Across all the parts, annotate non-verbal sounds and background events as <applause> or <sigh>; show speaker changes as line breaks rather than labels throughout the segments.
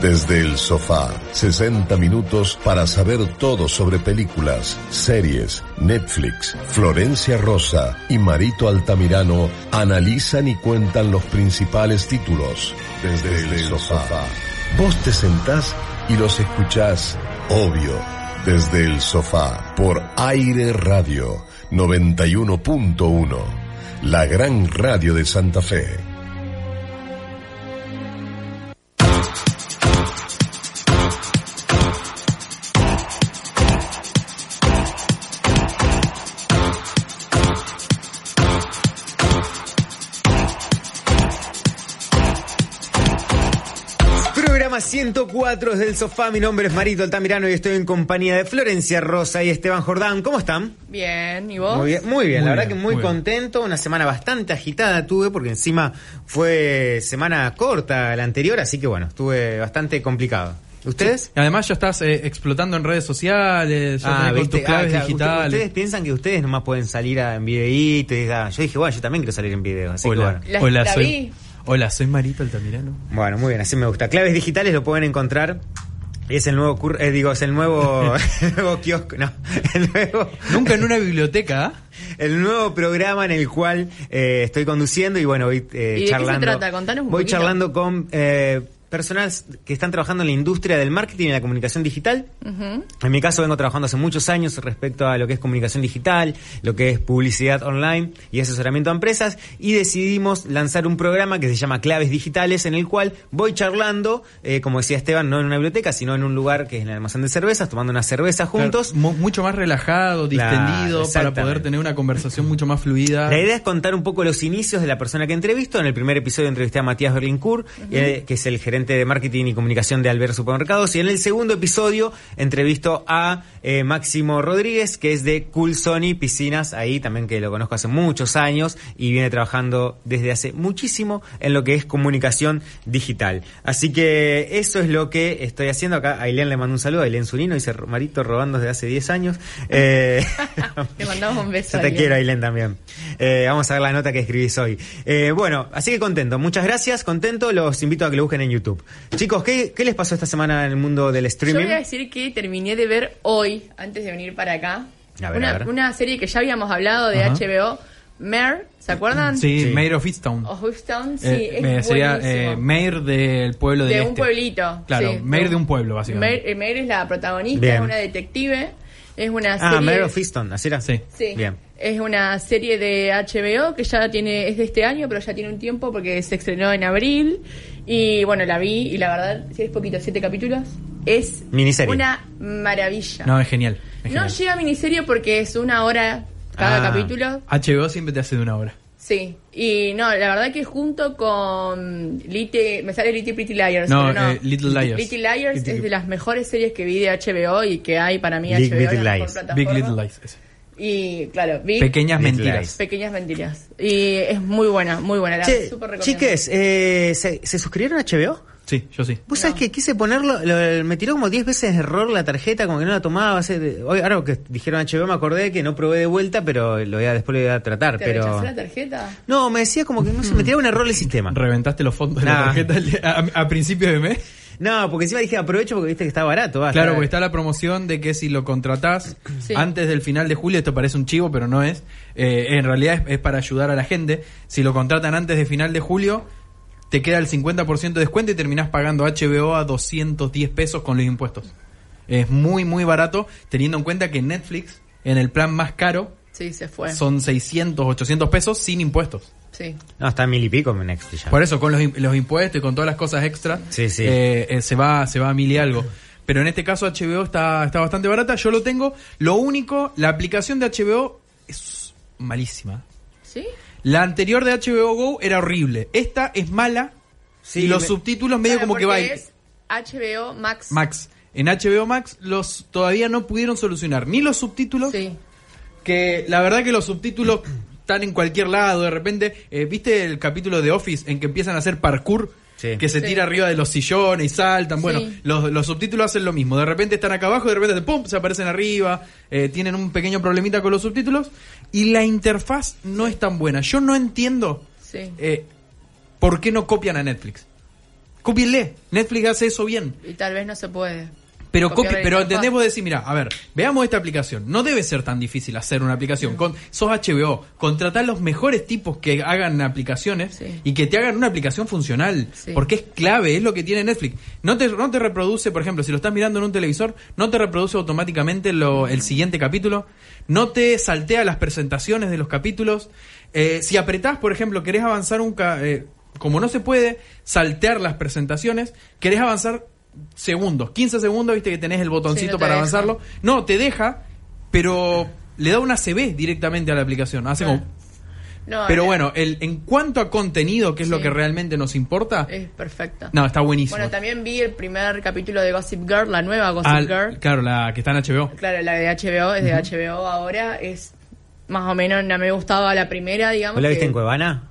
Desde el sofá, 60 minutos para saber todo sobre películas, series, Netflix, Florencia Rosa y Marito Altamirano analizan y cuentan los principales títulos. Desde, el, sofá. Vos te sentás y los escuchás, obvio, desde el sofá, por Aire Radio 91.1, la gran radio de Santa Fe.
Programa 104 desde el sofá. Mi nombre es Marito Altamirano y estoy en compañía de Florencia Rosa y Esteban Jordán. ¿Cómo están?
Bien, ¿y vos?
Muy bien, muy bien.
Muy
la verdad
bien,
que muy,
muy bien.
contento. Una semana bastante agitada tuve porque encima fue semana corta la anterior, así que bueno, estuve bastante complicado. ¿Ustedes?
Y además ya estás eh, explotando en redes sociales, ya tenés con tus
ah,
claves
claro, usted-
digitales.
Ustedes piensan que ustedes nomás pueden salir a- en videíto y ah, yo dije, bueno, yo también quiero salir en video, así que
Hola,
bueno.
La-
hola,
la
soy,
vi.
hola, soy Marito Altamirano.
Bueno, muy bien, así me gusta. Claves digitales lo pueden encontrar. Es el nuevo cur- eh, digo, es el nuevo, <laughs> el nuevo kiosco, no, el nuevo,
<laughs> Nunca en una biblioteca. ¿ah?
el nuevo programa en el cual eh, estoy conduciendo y bueno, voy eh,
¿Y de qué se
charlando.
trata? Contanos un
voy
poquito.
charlando con eh, personas que están trabajando en la industria del marketing y la comunicación digital.
Ujú.
En mi caso vengo trabajando hace muchos años respecto a lo que es comunicación digital, lo que es publicidad online y asesoramiento a empresas y decidimos lanzar un programa que se llama Claves Digitales en el cual voy charlando, eh, como decía Esteban, no en una biblioteca, sino en un lugar que es en el almacén de cervezas, tomando una cerveza juntos.
Claro, mu- mucho más
Claro,
relajado, distendido, para
exactamente.
poder tener una conversación mucho más fluida.
La idea es contar un poco los inicios de la persona que entrevisto. En el primer episodio entrevisté a Matías Berlincourt, eh, que es el gerente de marketing y comunicación de Albert Supermercados. Y en el segundo episodio entrevisto a eh, Máximo Rodríguez, que es de Cool Sony Piscinas, ahí también que lo conozco hace muchos años y viene trabajando desde hace muchísimo en lo que es comunicación digital. Así que eso es lo que estoy haciendo acá. A Ailén le mando un saludo, a Ailén Zurino, dice Marito robando desde hace 10 años. Eh, <laughs>
Te mandamos un beso.
Yo te
Ariel.
quiero, Ailén, también. Eh, vamos a ver la nota que escribís hoy. Eh, bueno, así que contento. Muchas gracias, contento. Los invito a que lo busquen en YouTube. Chicos, ¿qué, qué les pasó esta semana en el mundo del
Yo
streaming?
voy a decir que terminé de ver hoy, antes de venir para acá,
A ver,
una,
a ver.
una serie que ya habíamos hablado de
Ajá.
HBO, Mare, ¿se acuerdan?
Sí,
Sí.
Mayor of Easttown.
O Houston, Oh, sí,
Eh,
es
me- sería
buenísimo.
eh, Mayor del pueblo
de
del
un
este.
pueblito.
Claro,
sí.
Mayor de un pueblo, básicamente.
Mayor, eh, Mayor es la protagonista,
Bien.
es una detective, es una serie...
ah, Mare of Easton, ¿así era?
Sí.
Sí.
Bien.
Es una serie de HBO que ya tiene, es de este año, pero ya tiene un tiempo porque se estrenó en abril. Y bueno, la vi y la verdad, si es poquito, siete capítulos, es
Miniserie.
una maravilla.
No, es genial. es
No
genial.
llega a miniserie porque es una hora cada
Ah.
capítulo.
HBO siempre te hace de una hora.
Sí. Y no, la verdad que junto con Little, me sale Little Pretty Liars.
No,
pero
eh, Little Liars.
Little Liars
Little-
es de las mejores series que vi de HBO y que hay para mí
Big
HBO. es
Little
la mejor
Lies.
plataforma.
Big Little Lies. ese.
Y claro, Big
Pequeñas
Little
mentiras.
Lies.
Pequeñas mentiras. Y es muy buena, muy buena. La
Che,
súper recomiendo.
chiques, eh, ¿se, se suscribieron a HBO?
Sí, yo sí.
Vos sabés que quise ponerlo, lo- me tiró como 10 veces error la tarjeta, como que no la tomaba. hace de- hoy, ahora que dijeron HBO me acordé que no probé de vuelta, pero lo voy a, después lo voy a tratar.
¿Te
pero
rechazó la tarjeta?
No, me decía como que no se me tiraba un error el sistema.
Reventaste los fondos de
Ah. Nah.
la tarjeta el día- a, a principio de mes.
No, porque encima dije aprovecho porque viste que está barato. va,
Claro, porque está la promoción de que si lo contratás
Sí.
antes del final de julio, esto parece un chivo, pero no es. eh, en realidad es, es para ayudar a la gente. Si lo contratan antes de final de julio, te queda el 50% de descuento y terminás pagando HBO a 210 pesos con los impuestos. Es muy, muy barato, teniendo en cuenta que Netflix, en el plan más caro,
Sí, se fue.
son 600, 800 pesos sin impuestos.
Sí.
No, está en mil y pico en Next ya.
Por eso, con los, im- los impuestos y con todas las cosas extra,
Sí, sí.
eh, eh, se, va, se va a mil y algo. Pero en este caso HBO está, está bastante barata, yo lo tengo. Lo único, la aplicación de HBO es malísima.
¿Sí?
La anterior de HBO Go era horrible. Esta es mala
Sí,
y los
me-
subtítulos medio como que va ahí.
Es HBO Max.
Max. En HBO Max los todavía no pudieron solucionar ni los subtítulos,
Sí.
que la verdad que los subtítulos están en cualquier lado, de repente, eh, ¿viste el capítulo de Office en que empiezan a hacer parkour?
Sí.
Que se
Sí.
tira arriba de los sillones y saltan. Bueno,
Sí.
los, los subtítulos hacen lo mismo. De repente están acá abajo y de repente ¡pum! se aparecen arriba. eh, tienen un pequeño problemita con los subtítulos. Y la interfaz no es tan buena. Yo no entiendo
Sí.
eh, por qué no copian a Netflix. Cópienle. Netflix hace eso bien.
Y tal vez no se puede.
Pero,
Copiar
copi-
el
pero
iPhone.
entendés, vos decís, mira, a ver, veamos esta aplicación. No debe ser tan difícil hacer una aplicación. Con, sos HBO, contratá los mejores tipos que hagan aplicaciones
Sí.
y que te hagan una aplicación funcional.
Sí.
Porque es clave, es lo que tiene Netflix. No te, no te reproduce, por ejemplo, si lo estás mirando en un televisor, no te reproduce automáticamente lo- el siguiente capítulo. No te saltea las presentaciones de los capítulos. Eh, si apretás, por ejemplo, querés avanzar un... ca- eh, como no se puede saltear las presentaciones, querés avanzar segundos, 15 segundos, viste que tenés el botoncito
Sí, no te
para
deja.
avanzarlo. No, te deja, pero le da una CB directamente a la aplicación. Hace como-
No,
Pero
eh,
bueno, el, en cuanto a contenido, que es lo
Sí.
que realmente nos importa,
Es perfecta.
no, está buenísimo.
Bueno, también vi el primer capítulo de Gossip Girl, la nueva Gossip
Al-
Girl.
Claro, la que está en HBO.
Claro, la de HBO, es de HBO ahora. Es más o menos, no me gustaba la primera, digamos.
¿Vos
Pues
la
que-
viste en Cuevana?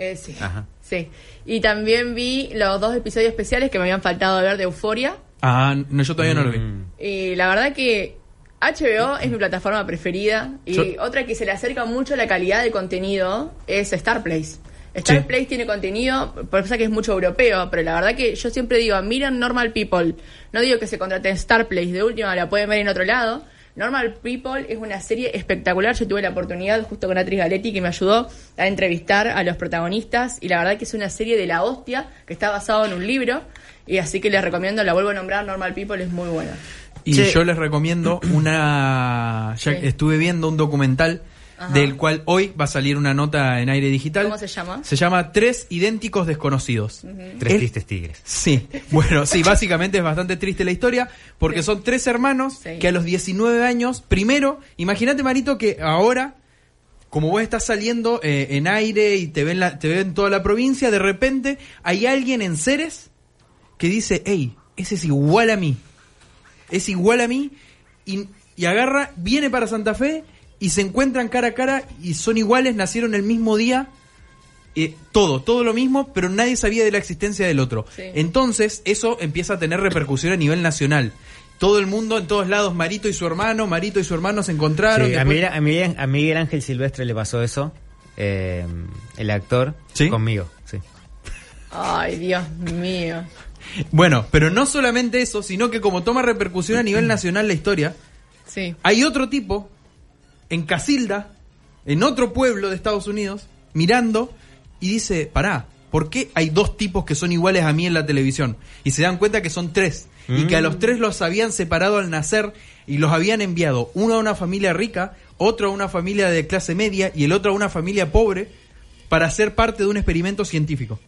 Eh, sí.
Ajá.
Sí. Y también vi los dos episodios especiales que me habían faltado de ver de Euforia.
Ah, no, yo todavía no lo vi.
Mm.
Y Eh, la verdad que HBO es mi plataforma preferida. Y
Yo-
otra que se le acerca mucho a la calidad de contenido es Star Place. Star
Sí.
Place tiene contenido, por eso que es mucho europeo, pero la verdad que yo siempre digo, miren Normal People. No digo que se contraten Star Place, de última la pueden ver en otro lado. Normal People es una serie espectacular. Yo tuve la oportunidad justo con Atriz Galetti que me ayudó a entrevistar a los protagonistas y la verdad que es una serie de la hostia que está basado en un libro y así que les recomiendo, la vuelvo a nombrar, Normal People es muy buena.
Y
Che.
yo les recomiendo una. Ya
Sí.
estuve viendo un documental
Ajá.
del cual hoy va a salir una nota en aire digital.
¿Cómo se llama?
Se llama Tres idénticos desconocidos.
Tres
Es-
tristes tigres.
<laughs> Sí, bueno, sí, básicamente es bastante triste la historia porque son tres hermanos
Sí.
que a los 19 años, primero, imagínate Marito que ahora, como vos estás saliendo eh, en aire y te ven, la, te ven toda la provincia, de repente hay alguien en Ceres que dice, hey, ese es igual a mí, es igual a mí, y, y agarra, viene para Santa Fe y se encuentran cara a cara y son iguales, nacieron el mismo día. eh, todo, todo lo mismo, pero nadie sabía de la existencia del otro.
Sí.
Entonces, eso empieza a tener repercusión a nivel nacional. Todo el mundo, en todos lados, Marito y su hermano, Marito y su hermano se encontraron.
Sí, a,
después-
Miguel, a Miguel- a Miguel Ángel Silvestre le pasó eso, eh, el actor,
¿Sí?
conmigo. Sí.
Ay, Dios mío.
Bueno, pero no solamente eso, sino que como toma repercusión
<clears throat>
a nivel nacional la historia,
Sí.
Hay otro tipo en Casilda, en otro pueblo de Estados Unidos, mirando y dice, pará, ¿por qué hay dos tipos que son iguales a mí en la televisión? Y se dan cuenta que son tres. Y que a
Mm.
los tres los habían separado al nacer y los habían enviado uno a una familia rica, otro a una familia de clase media y el otro a una familia pobre para ser parte de un experimento científico.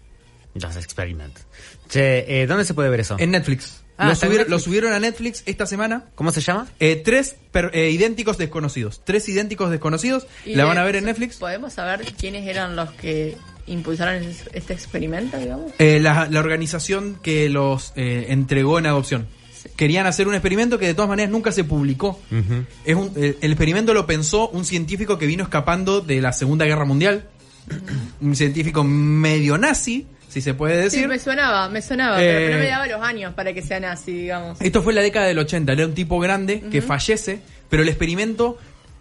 Los experimentos. Che, eh, ¿dónde se puede ver eso?
En Netflix.
Ah,
lo,
está en
subieron,
Netflix.
lo subieron a Netflix esta semana.
¿Cómo se llama?
Eh, tres per- eh, idénticos desconocidos. Tres idénticos desconocidos.
Y
La
de-
van a ver en Netflix.
¿Podemos saber quiénes eran los que impulsaron es- este experimento, digamos?
Eh, la, la organización que los eh, entregó en adopción. Querían hacer un experimento que de todas maneras nunca se publicó.
Ujú.
es un- el, el experimento lo pensó un científico que vino escapando de la Segunda Guerra Mundial. un científico medio nazi, si se puede
Sí,
decir.
me sonaba, me sonaba,
Eh,
pero, pero no me daba los años para que sean así, digamos.
Esto fue en la década del 80, era un tipo grande que fallece, pero el experimento,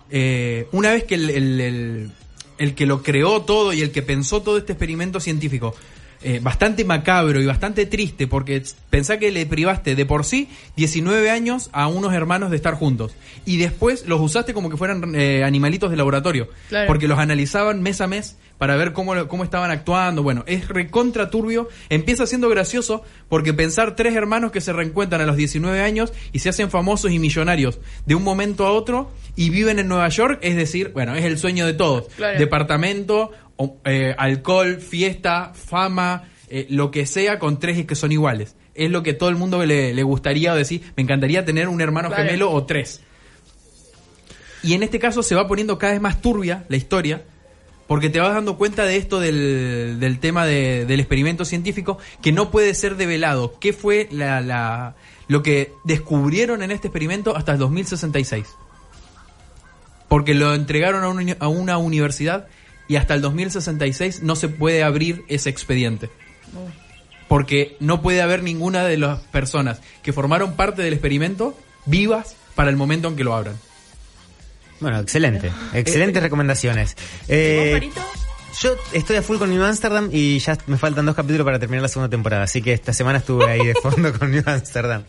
eh, una vez que el, el- el- el que lo creó todo y el que pensó todo este experimento científico, eh, bastante macabro y bastante triste, porque es- pensá que le privaste de por sí 19 años a unos hermanos de estar juntos, y después los usaste como que fueran eh, animalitos de laboratorio,
Claro.
porque los analizaban mes a mes para ver cómo, lo- cómo estaban actuando. Bueno, es recontra turbio. Empieza siendo gracioso porque pensar tres hermanos que se reencuentran a los 19 años y se hacen famosos y millonarios de un momento a otro y viven en Nueva York, es decir, bueno, es el sueño de todos.
Claro.
Departamento, o- eh, alcohol, fiesta, fama, eh, lo que sea con tres que son iguales. Es lo que todo el mundo le, le gustaría o decir, me encantaría tener un hermano
Claro.
gemelo o tres. Y en este caso se va poniendo cada vez más turbia la historia, Porque te vas dando cuenta de esto del, del tema de- del experimento científico, que no puede ser develado. ¿Qué fue la, la- lo que descubrieron en este experimento hasta el 2066? Porque lo entregaron a, una uni- a una universidad y hasta el 2066 no se puede abrir ese expediente. Porque no puede haber ninguna de las personas que formaron parte del experimento vivas para el momento en que lo abran.
Bueno, excelente. Excelentes recomendaciones. Eh,
¿Vos, Parito?
yo estoy a full con New Amsterdam y ya me faltan dos capítulos para terminar la segunda temporada. Así que esta semana estuve ahí de fondo <laughs> con New Amsterdam.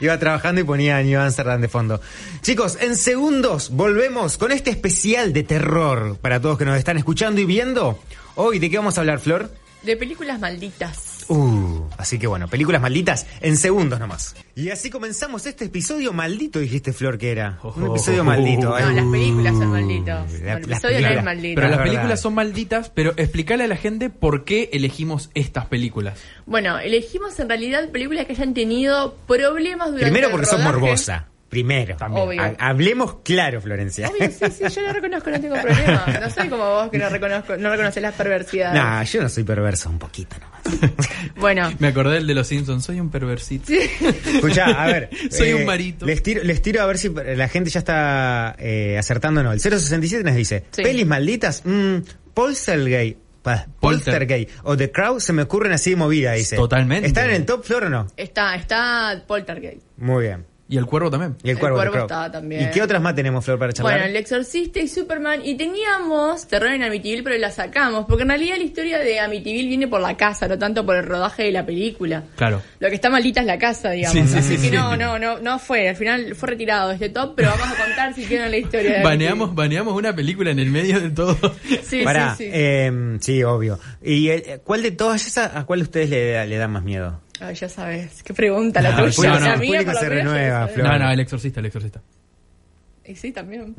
Iba trabajando y ponía New Amsterdam de fondo. Chicos, en segundos volvemos con este especial de terror para todos que nos están escuchando y viendo. Hoy, ¿de qué vamos a hablar, Flor?
De películas malditas.
Uh, así que bueno, películas malditas en segundos nomás. Y así comenzamos este episodio maldito, dijiste Flor que era. Un episodio maldito.
No,
Oh. Ay,
las
uh,
películas son malditos.
la-
El
las
episodio no
películas.
es maldito.
Pero las
verdad.
películas son malditas, pero explicarle a la gente por qué elegimos estas películas.
Bueno, elegimos en realidad películas que hayan tenido problemas durante
Primero
el
porque sos
rodaje.
morbosa. Primero.
También. Obvio.
Ha- hablemos claro, Florencia.
Obvio, sí, sí, yo la reconozco, no tengo problema. No soy como vos que no, reconozco, no reconoces las perversidades.
Nah, yo no soy perverso, un poquito nomás.
<laughs> Bueno,
Me acordé del de los Simpsons, soy un perversito.
Escuchá, a
<laughs>
ver. eh,
Soy un marito.
Les tiro, les tiro a ver si la gente ya está eh, acertando o no. El 067 nos dice:
Sí.
Pelis malditas, mm, Poltergeist. pa-
Polter.
Poltergeist o The Crow se me ocurren así de movida, dice.
Totalmente.
¿Están en el top, Flor o no?
está, está Poltergeist.
Muy bien.
Y el cuervo también.
Y el,
El
cuervo, The Crow.
cuervo está también.
¿Y qué otras más tenemos, Flor, para charlar?
Bueno, El Exorcista y Superman. Y teníamos Terror en Amityville, pero la sacamos. Porque en realidad la historia de Amityville viene por la casa, no tanto por el rodaje de la película.
Claro.
Lo que está maldita es la casa, digamos.
Sí, sí,
Así
sí,
que
sí.
no, no, no, no fue. Al final fue retirado de este top, pero vamos a contar si quieren la historia. de
Eh, Baneamos, baneamos una película en el medio de todo.
Amityville. <laughs> Sí,
Pará,
sí, sí.
eh, sí, obvio. ¿Y eh, cuál de todas esas, a cuál ustedes le, le dan más miedo? Ah,
Ay, ya sabes. Qué pregunta
Ah, No,
la
el
tuya. o
público-
sea,
el
mía,
público
por lo
se
menos, ya
renueva,
sabés.
Flor.
No, no, el exorcista, el exorcista.
Y sí, también.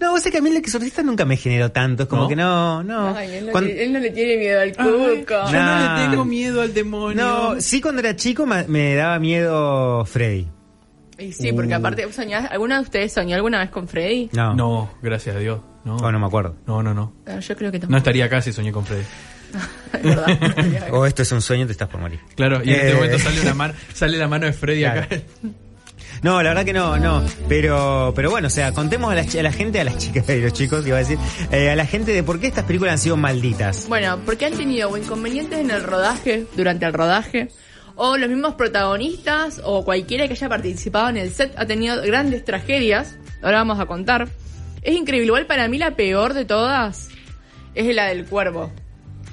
No, vos sabés que a mí el exorcista nunca me generó tanto. Es como
¿No?
que no, <laughs> no.
Ay, él, no
Cuan-
le, él no le tiene miedo al cuco.
yo no
Nah.
le tengo miedo al demonio.
No, sí cuando era chico ma- me daba miedo Freddy.
Y sí, porque
Uh.
aparte, ¿soñás- ¿alguna de ustedes soñó alguna vez con Freddy?
No.
No, gracias a Dios. No,
O Oh, no me acuerdo.
no, no. No,
No, yo creo que
No
tampoco.
estaría acá si soñé con Freddy.
<laughs> es verdad.
O esto es un sueño, te estás por morir.
Claro, y en
Eh.
este momento sale, una mar- sale la mano de Freddy
Claro.
acá.
No, la verdad que no, no. Pero, pero bueno, o sea, contemos a la, a la gente, a las chicas y los chicos, iba a decir, eh, a la gente de por qué estas películas han sido malditas.
Bueno, porque han tenido o inconvenientes en el rodaje, durante el rodaje, o los mismos protagonistas, o cualquiera que haya participado en el set ha tenido grandes tragedias. Ahora vamos a contar. Es increíble, igual para mí la peor de todas es la del cuervo.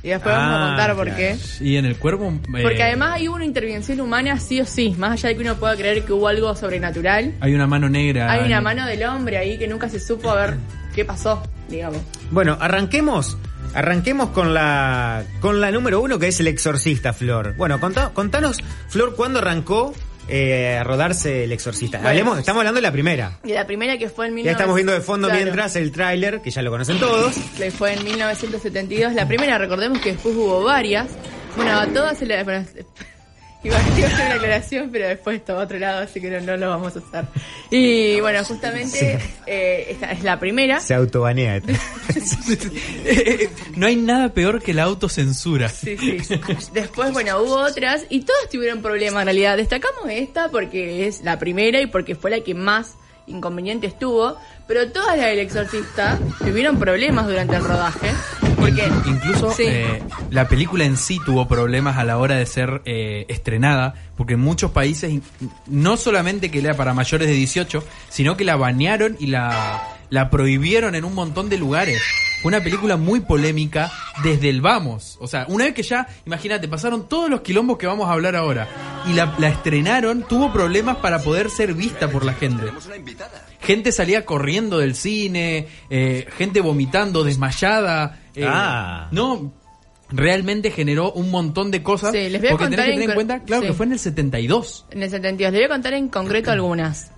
Y después vamos
Ah,
a contar por
claro.
qué.
Y en el cuervo. eh,
Porque además hay una intervención humana sí o sí, más allá de que uno pueda creer que hubo algo sobrenatural,
Hay una mano negra.
Ah,
hay una
en-
mano del hombre ahí que nunca se supo a
<clears throat>
ver qué pasó, digamos.
Bueno, arranquemos. Arranquemos con la con la número uno que es el exorcista, Flor. Bueno, contá- contanos, Flor, ¿cuándo arrancó eh, a rodarse el exorcista?
Bueno.
Hablemos, estamos hablando de la primera.
Y la primera que fue en 19...
Ya estamos viendo de fondo
Claro.
mientras el tráiler, que ya lo conocen todos.
que fue en 1972. La primera, recordemos que después hubo varias. Bueno, a todas se le... bueno, <laughs> Iba iba a hacer una aclaración, pero después está otro lado, así que no, no lo vamos a hacer. Y bueno, justamente eh, esta es la primera.
Se autobanea.
<laughs>
no hay nada peor que la autocensura.
Sí, sí. Después, bueno, hubo otras y todas tuvieron problemas en realidad. Destacamos esta porque es la primera y porque fue la que más inconvenientes tuvo. Pero todas las del exorcista tuvieron problemas durante el rodaje. Porque
Incluso
Sí.
eh, la película en sí tuvo problemas a la hora de ser eh, estrenada, porque en muchos países in- no solamente que era para mayores de 18, sino que la banearon y la, la prohibieron en un montón de lugares. Fue una película muy polémica desde el vamos. O sea, una vez que ya, imagínate, pasaron todos los quilombos que vamos a hablar ahora y la, la estrenaron, tuvo problemas para poder ser vista por la gente. Gente salía corriendo del cine, eh, gente vomitando, desmayada. eh,
Ah.
No, realmente generó un montón de cosas.
Sí, les voy a
porque
contar
tenés que
en
tener en
cor-
cuenta, claro,
sí.
que fue en el 72.
en el 72. Le voy a contar en concreto algunas.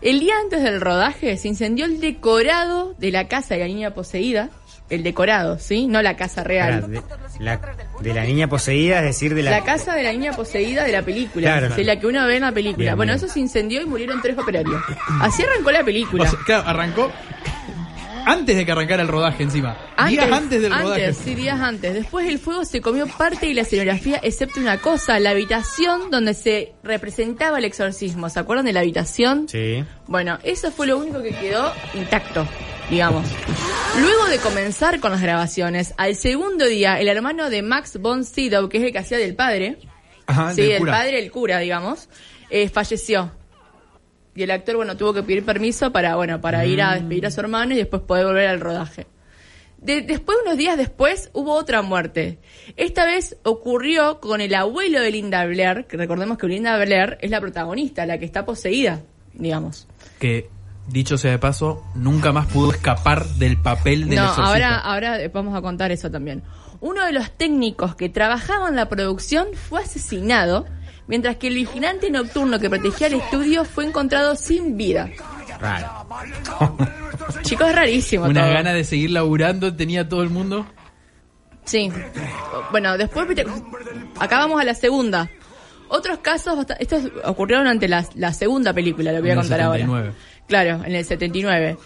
El día antes del rodaje se incendió el decorado de la casa de la niña poseída. El decorado, ¿sí? No la casa real.
de, la, de la niña poseída, es decir, de la...
La casa de la niña poseída de la película.
Claro,
sí,
claro.
la que uno ve en la película.
Bien,
bueno,
bien.
eso se incendió y murieron tres operarios. Así arrancó la película.
O sea, claro, arrancó <laughs> Antes de que arrancara el rodaje encima. días antes del
antes,
rodaje.
sí, días antes. Después el fuego se comió parte de la escenografía, excepto una cosa, la habitación donde se representaba el exorcismo. ¿Se acuerdan de la habitación?
Sí.
Bueno, eso fue lo único que quedó intacto, digamos. Luego de comenzar con las grabaciones, al segundo día, el hermano de Max von Sydow, que es el que hacía del padre,
Ajá,
sí,
del
el
cura.
padre, el cura, digamos, eh, falleció. Y el actor, bueno, tuvo que pedir permiso para, bueno, para ir
Mm.
a despedir a su hermano y después poder volver al rodaje. De- después, unos días después, hubo otra muerte. Esta vez ocurrió con el abuelo de Linda Blair, que recordemos que Linda Blair es la protagonista, la que está poseída, digamos.
Que, dicho sea de paso, nunca más pudo escapar del papel del
No,
exorcista.
ahora, ahora eh, vamos a contar eso también. Uno de los técnicos que trabajaba en la producción fue asesinado, mientras que el vigilante nocturno que protegía el estudio fue encontrado sin vida.
Raro.
Chicos, es rarísimo.
Una
todo.
gana de seguir laburando tenía todo el mundo.
Sí. Bueno, después viste, acá vamos a la segunda. Otros casos, bast- estos ocurrieron ante la, la segunda película, lo voy a
En el
contar ahora.
79.
Claro, en el 79.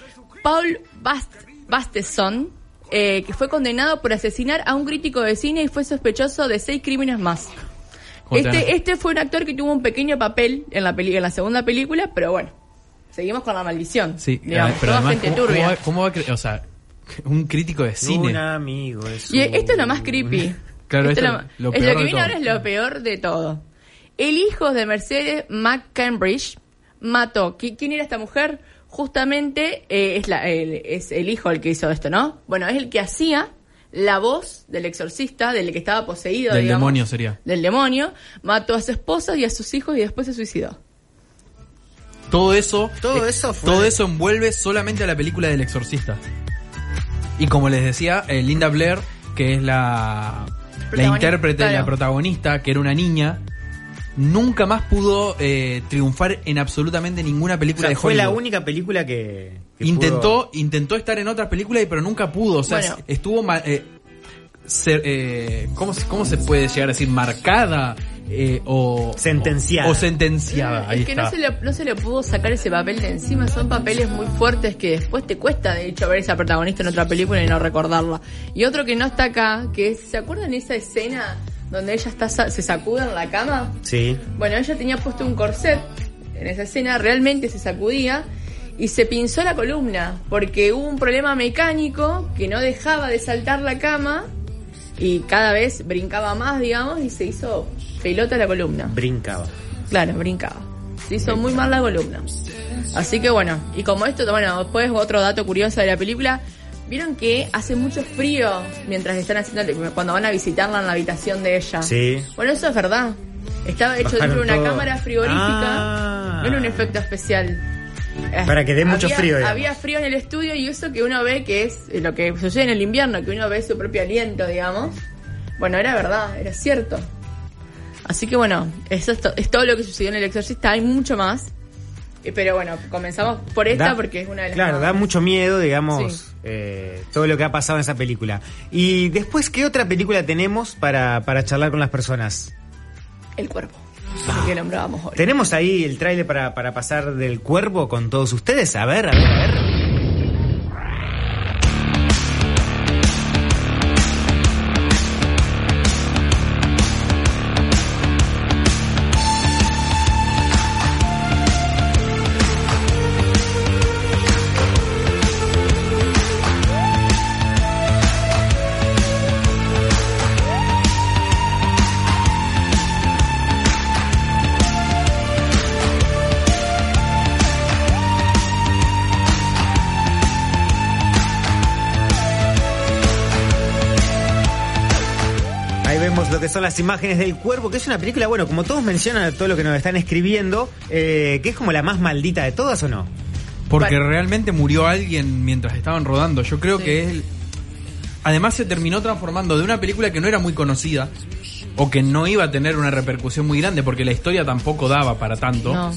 Paul Bast Basteson, eh, que fue condenado por asesinar a un crítico de cine y fue sospechoso de seis crímenes más.
¿Cómo te
Este,
llamas?
este fue un actor que tuvo un pequeño papel en la, peli en la segunda película, pero bueno, seguimos con la maldición.
Sí, ah,
digamos,
pero
toda
además,
gente
¿cómo,
turbia.
cómo va, cómo va a cre- O sea, un crítico de cine.
Un amigo es
Y esto es lo
un-
más creepy.
<laughs> Claro,
Esto
esto
es
es lo
es
peor
que
de
viene
todo.
ahora es lo peor de todo. El hijo de Mercedes McCambridge mató. ¿Qui- ¿Quién era esta mujer? Justamente eh, es, la- el, es el hijo el que hizo esto, ¿no? Bueno, es el que hacía la voz del exorcista, del que estaba poseído.
Del
digamos.
demonio sería.
Del demonio. Mató a su esposa y a sus hijos y después se suicidó.
Todo eso.
Todo
eh,
eso fue-
Todo eso envuelve solamente a la película del exorcista. Y como les decía, eh, Linda Blair, que es la. La
Protagonista,
intérprete, la
claro.
protagonista, que era una niña, nunca más pudo eh, triunfar en absolutamente ninguna
O sea,
película de
fue la
Hollywood.
única película que. que
intentó intentó estar en otras películas y- pero nunca pudo o sea
Bueno.
estuvo ma- eh, ser, eh, ¿cómo, se- cómo se puede llegar a decir marcada eh, o
Sentenciada.
o, sentenciada ahí
es que no
está
se, le, no se le pudo sacar ese papel de encima, son papeles muy fuertes que después te cuesta de hecho ver esa protagonista en otra película y no recordarla. Y otro que no está acá, que es, ¿se acuerdan esa escena donde ella está sa- se sacude en la cama?
pudo- Sí.
Bueno, ella tenía puesto un corset en esa escena, realmente se sacudía y se pinzó la columna porque hubo un problema mecánico que no dejaba de saltar la cama y cada vez brincaba más, digamos, y se hizo pelota la columna.
Brincaba.
Claro, brincaba. Se hizo muy mal la columna. Así que bueno, y como esto, bueno, después otro dato curioso de la película. Vieron que hace mucho frío mientras están haciendo, cuando van a visitarla en la habitación de ella.
Sí.
Bueno, eso es verdad. Estaba hecho
Bajaron
dentro de una
todo.
cámara frigorífica.
Ah.
No era un efecto especial. Eh,
Para que dé mucho
había-
frío, digamos.
Había frío en el estudio y eso que uno ve que es eh, lo que sucede en el invierno, que uno ve su propio aliento, digamos. Bueno, era verdad, era cierto. Así que bueno, eso es, to- es todo lo que sucedió en el exorcista. Hay mucho más. Eh, Pero bueno, comenzamos por esta
Da-
porque es una de las.
Claro,
más-
da mucho miedo, digamos,
Sí.
eh, todo lo que ha pasado en esa película. Y después, ¿qué otra película tenemos para, para charlar con las personas?
El cuerpo.
Ah.
Que nombrábamos hoy.
¿Tenemos ahí el tráiler para, para pasar del cuervo con todos ustedes? A ver, a ver, a ver. Ahí vemos lo que son las imágenes del cuervo, que es una película, bueno, como todos mencionan, todo lo que nos están escribiendo, eh, que es como la más maldita de todas o no.
porque
Bueno.
realmente murió alguien mientras estaban rodando yo creo
Sí.
que es el- además se terminó transformando de una película que no era muy conocida o que no iba a tener una repercusión muy grande porque la historia tampoco daba para tanto
No.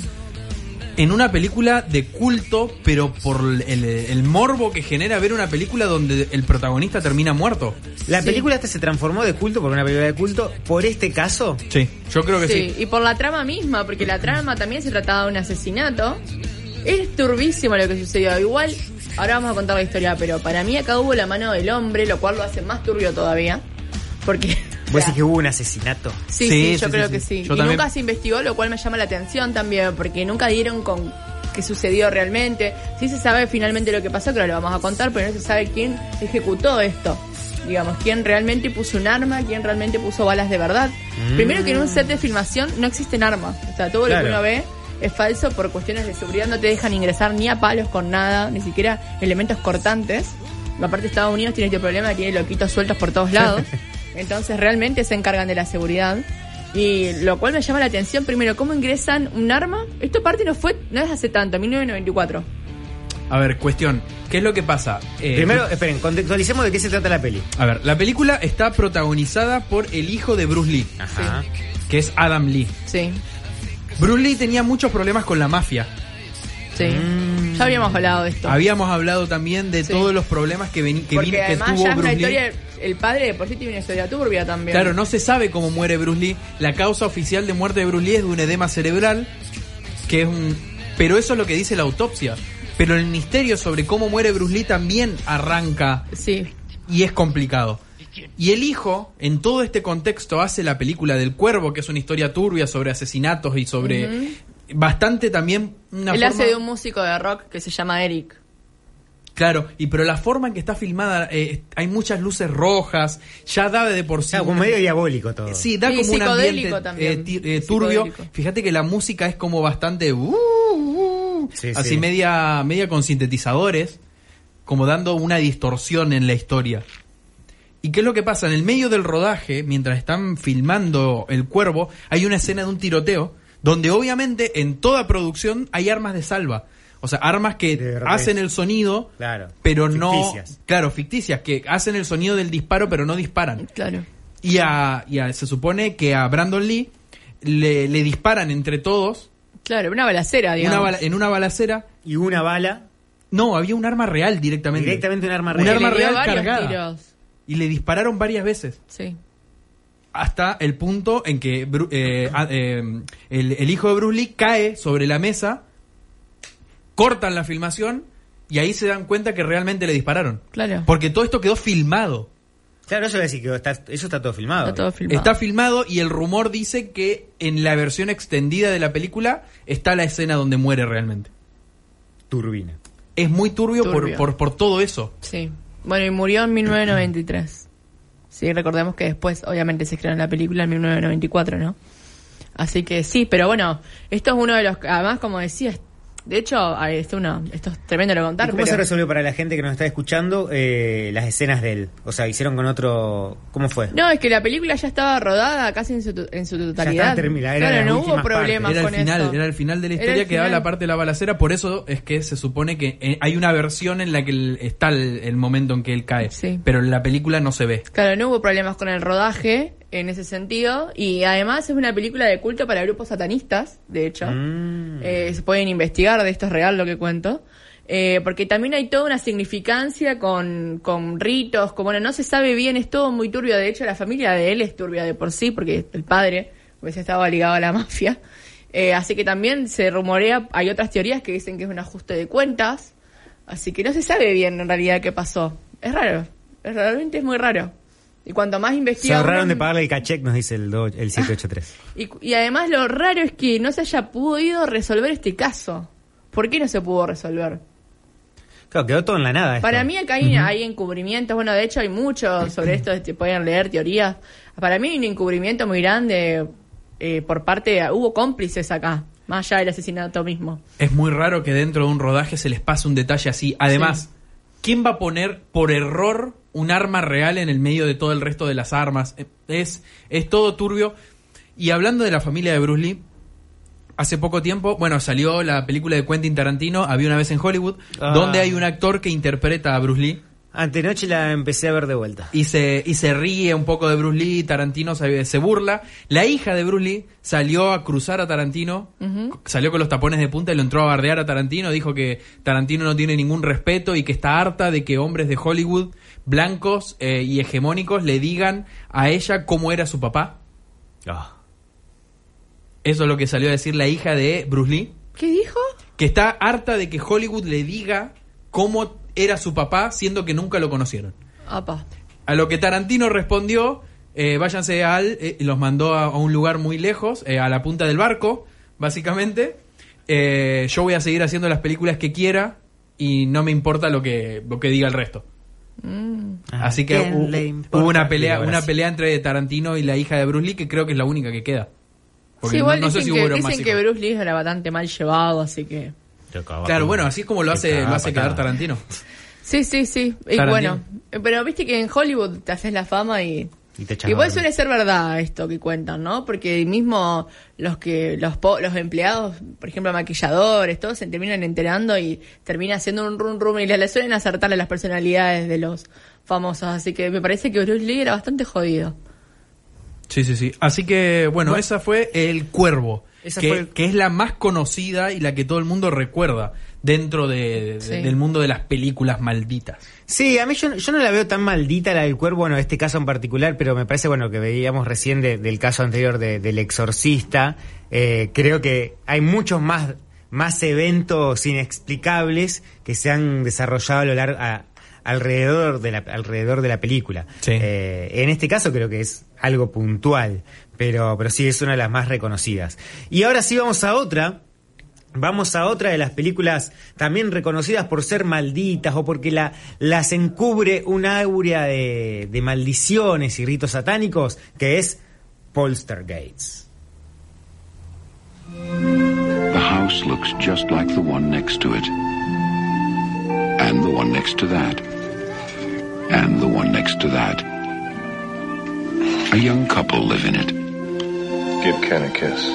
en una película de culto, pero por el, el morbo que genera ver una película donde el protagonista termina muerto.
La
Sí.
película esta se transformó de culto por una película de culto, por este caso.
Sí, yo creo que sí.
Sí, y por la trama misma, porque la trama también se trataba de un asesinato. Es turbísimo lo que sucedió. Igual, Ahora vamos a contar la historia, pero para mí acá hubo la mano del hombre, lo cual lo hace más turbio todavía. Porque. o
Vos
sea,
decís que hubo un asesinato.
Sí,
Sí,
sí, yo
sí,
creo
sí,
que
sí.
sí.
Yo
y
también-
nunca se investigó, lo cual me llama la atención también, porque nunca dieron con qué sucedió realmente. Sí se sabe finalmente lo que pasó, que ahora lo vamos a contar, pero no se sabe quién ejecutó esto. Digamos, quién realmente puso un arma, quién realmente puso balas de verdad.
Mm.
Primero que en un set de filmación no existen armas. O sea, todo lo
Claro.
que uno ve es falso por cuestiones de seguridad. No te dejan ingresar ni a palos con nada, ni siquiera elementos cortantes. Aparte, Estados Unidos tiene este problema, tiene loquitos sueltos por todos
<laughs>
lados. Entonces, realmente se encargan de la seguridad. Y lo cual me llama la atención, primero, ¿cómo ingresan un arma? Esto parte no fue, no es hace tanto, 1994.
A ver, cuestión. ¿Qué es lo que pasa? Eh,
Primero, esperen, contextualicemos de qué se trata la peli.
A ver, la película está protagonizada por el hijo de Bruce Lee,
Ajá.
que es Adam Lee.
Sí,
Bruce Lee tenía muchos problemas con la mafia.
sí.
Mm.
Ya habíamos hablado de esto.
Habíamos hablado también de
Sí.
todos los problemas que, veni- que,
Porque
vin- que
además
tuvo
ya es una
Bruce Lee.
historia, el padre de por sí tiene una historia turbia también.
Claro, no se sabe cómo muere Bruce Lee. La causa oficial de muerte de Bruce Lee es de un edema cerebral, que es un... Pero eso es lo que dice la autopsia. Pero el misterio sobre cómo muere Bruce Lee también arranca
Sí,
y es complicado. Y el hijo, en todo este contexto, hace la película del cuervo, que es una historia turbia sobre asesinatos y sobre... Bastante también una
Él
forma-
hace de un músico de rock que se llama Eric.
Claro, y pero la forma en que está filmada, eh, hay muchas luces rojas, ya da de por sí...
Claro, como
una-
medio diabólico todo.
Sí, da
Sí,
como un
psicodélico
ambiente
también.
eh, ti- eh,
Psicodélico.
turbio. Fíjate que la música es como bastante uh, uh,
Sí,
así
sí.
media media con sintetizadores, como dando una distorsión en la historia. ¿Y qué es lo que pasa? En el medio del rodaje, mientras están filmando El Cuervo, hay una escena de un tiroteo donde obviamente en toda producción hay armas de salva. O sea, armas
De
que
verdad.
hacen el sonido,
Claro.
pero no...
Ficticias.
Claro, ficticias, que hacen el sonido del disparo, pero no disparan.
Claro.
Y, a, y a- se supone que a Brandon Lee le, le disparan entre todos
Claro, una balacera, digamos.
una bala- en una balacera.
Y una bala,
No, había un arma real directamente.
directamente un arma
Un
real.
Que
arma
le dio
real
varios
cargada.
tiros.
Y le dispararon varias veces.
Sí.
Hasta el punto en que Bru- eh, a- eh, el, el hijo de Bruce Lee cae sobre la mesa, cortan la filmación y ahí se dan cuenta que realmente le dispararon.
Claro.
Porque todo esto quedó filmado.
Claro, eso voy a decir que está- eso está todo filmado.
Está todo filmado.
Está filmado y el rumor dice que en la versión extendida de la película está la escena donde muere realmente.
Turbina.
Es muy turbio, por-
Turbio.
Por, por todo eso.
Sí. Bueno, y murió en 1993. Sí, recordemos que después, obviamente, se estrenó la película en 1994, ¿no? Así que sí, pero bueno, esto es uno de los. Además, como decías, de hecho, ay, esto, uno, esto es tremendo lo
¿Y
contar.
¿Cómo
pero-
se resolvió para la gente que nos está escuchando eh, las escenas de él? O sea, hicieron con otro... ¿Cómo fue?
No, es que la película ya estaba rodada casi en su, to- en su totalidad.
terminada, era
claro,
las
no hubo
últimas
problemas
Más
Era el,
con
final,
eso.
era el final de la
Era
historia
el
que daba
final.
la parte de la balacera. Por eso es que se supone que eh, hay una versión en la que el- está el, el momento en que él cae.
Sí.
Pero en la película no se ve.
Claro, no hubo problemas con el rodaje en ese sentido. Y además es una película de culto para grupos satanistas, de hecho.
Mm.
Eh, se pueden investigar, de esto es real lo que cuento. Eh, porque también hay toda una significancia con, con ritos, como bueno, no se sabe bien, es todo muy turbio. De hecho, la familia de él es turbia de por sí, porque el padre hubiese estado ligado a la <laughs> mafia. Eh, así que también se rumorea, hay otras teorías que dicen que es un ajuste de cuentas. Así que no se sabe bien en realidad qué pasó. Es raro, es realmente es muy raro. Y cuanto más
Se
investiga...
ahorraron
uno-
de pagarle el cachec, nos dice el, do- el 783.
y, cu- y además lo raro es que no se haya podido resolver este caso. ¿Por qué no se pudo resolver?
Claro, quedó todo en la nada. esto.
Para mí acá hay, hay encubrimientos, bueno, de hecho hay mucho
<clears throat>
sobre esto, te pueden leer teorías. Para mí hay un encubrimiento muy grande eh, por parte, de- hubo cómplices acá, más allá del asesinato mismo.
Es muy raro que dentro de un rodaje se les pase un detalle así. Además, ¿quién va a poner por error un arma real en el medio de todo el resto de las armas? Eh, Es, es todo turbio. Y hablando de la familia de Bruce Lee, hace poco tiempo, bueno, salió la película de Quentin Tarantino, Había una vez en Hollywood,
Ah.
donde hay un actor que interpreta a Bruce Lee
Antenoche la empecé a ver de vuelta.
y se, y se ríe un poco de Bruce Lee, Tarantino se, se burla. La hija de Bruce Lee salió a cruzar a Tarantino, salió con los tapones de punta y lo entró a bardear a Tarantino, dijo que Tarantino no tiene ningún respeto y que está harta de que hombres de Hollywood, blancos eh, y hegemónicos, le digan a ella cómo era su papá.
Ah.
Eso es lo que salió a decir la hija de Bruce Lee,
¿Qué dijo?
que está harta de que Hollywood le diga cómo era su papá, siendo que nunca lo conocieron.
Apa.
A lo que Tarantino respondió, eh, váyanse al... eh, y los mandó a, a un lugar muy lejos, eh, a la punta del barco, básicamente. Eh, yo voy a seguir haciendo las películas que quiera y no me importa lo que, lo que diga el resto.
Ah.
Así que
¿Quién
hu-
le
hubo
importa?
una pelea,
Digo, ahora
una
sí.
pelea entre Tarantino y la hija de Bruce Lee, que creo que es la única que queda. Porque
Sí, igual
no sé
dicen, que,
si hubo más
dicen que
hijos.
Bruce Lee era bastante mal llevado, así que...
Claro, bueno, así es como lo hace, lo hace quedar Tarantino.
Sí, sí, sí. Y
Tarantino.
bueno, pero viste que en Hollywood te haces la fama y...
Y te echan
Igual
a dormir.
suele ser verdad esto que cuentan, ¿no? Porque mismo los que los, po- los empleados, por ejemplo, maquilladores, todos se terminan enterando y termina haciendo un rum rum y le, le suelen acertar a las personalidades de los famosos. Así que me parece que Bruce Lee era bastante jodido.
Sí, sí, sí. Así que, bueno, esa fue El Cuervo,
Esa
que,
fue el-
que es la más conocida y la que todo el mundo recuerda dentro de- de-
Sí.
del mundo de las películas malditas.
Sí, a mí yo, yo no la veo tan maldita la del cuervo, bueno, este caso en particular, pero me parece, bueno, que veíamos recién de- del caso anterior de- del exorcista, eh, creo que hay muchos más, más eventos inexplicables que se han desarrollado a lo largo... a- alrededor de la alrededor de la película
Sí.
Eh, en este caso creo que es algo puntual pero pero sí es una de las más reconocidas y ahora sí vamos a otra Vamos a otra de las películas también reconocidas por ser malditas o porque la, las encubre una áurea de, de maldiciones y ritos satánicos, que es Poltergeist.
The house looks just like the one next to it. And the one next to that. And the one next to that. A young couple live in it.
Give Ken a kiss.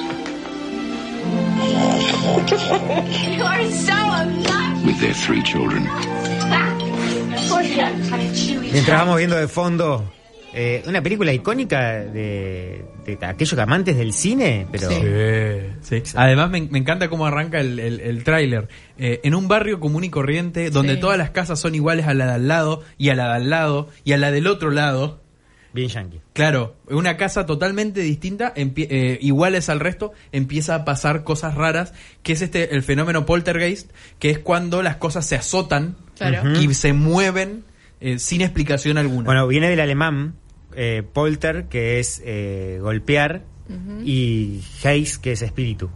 <laughs> You are so unlucky.
with their three children.
Mientras vamos viendo de fondo eh, una película icónica de, de aquellos amantes del cine, pero...
Sí. Además, me, me encanta cómo arranca el, el, el tráiler. Eh, en un barrio común y corriente, donde
Sí.
todas las casas son iguales a la de al lado, y a la de al lado, y a la del otro lado.
Bien yankee.
Claro, una casa totalmente distinta, empie- eh, iguales al resto, empieza a pasar cosas raras, que es este el fenómeno poltergeist, que es cuando las cosas se azotan
Claro.
y se mueven eh, sin explicación alguna.
Bueno, viene del alemán eh, Polter, que es eh, golpear, y Geist, que es espíritu.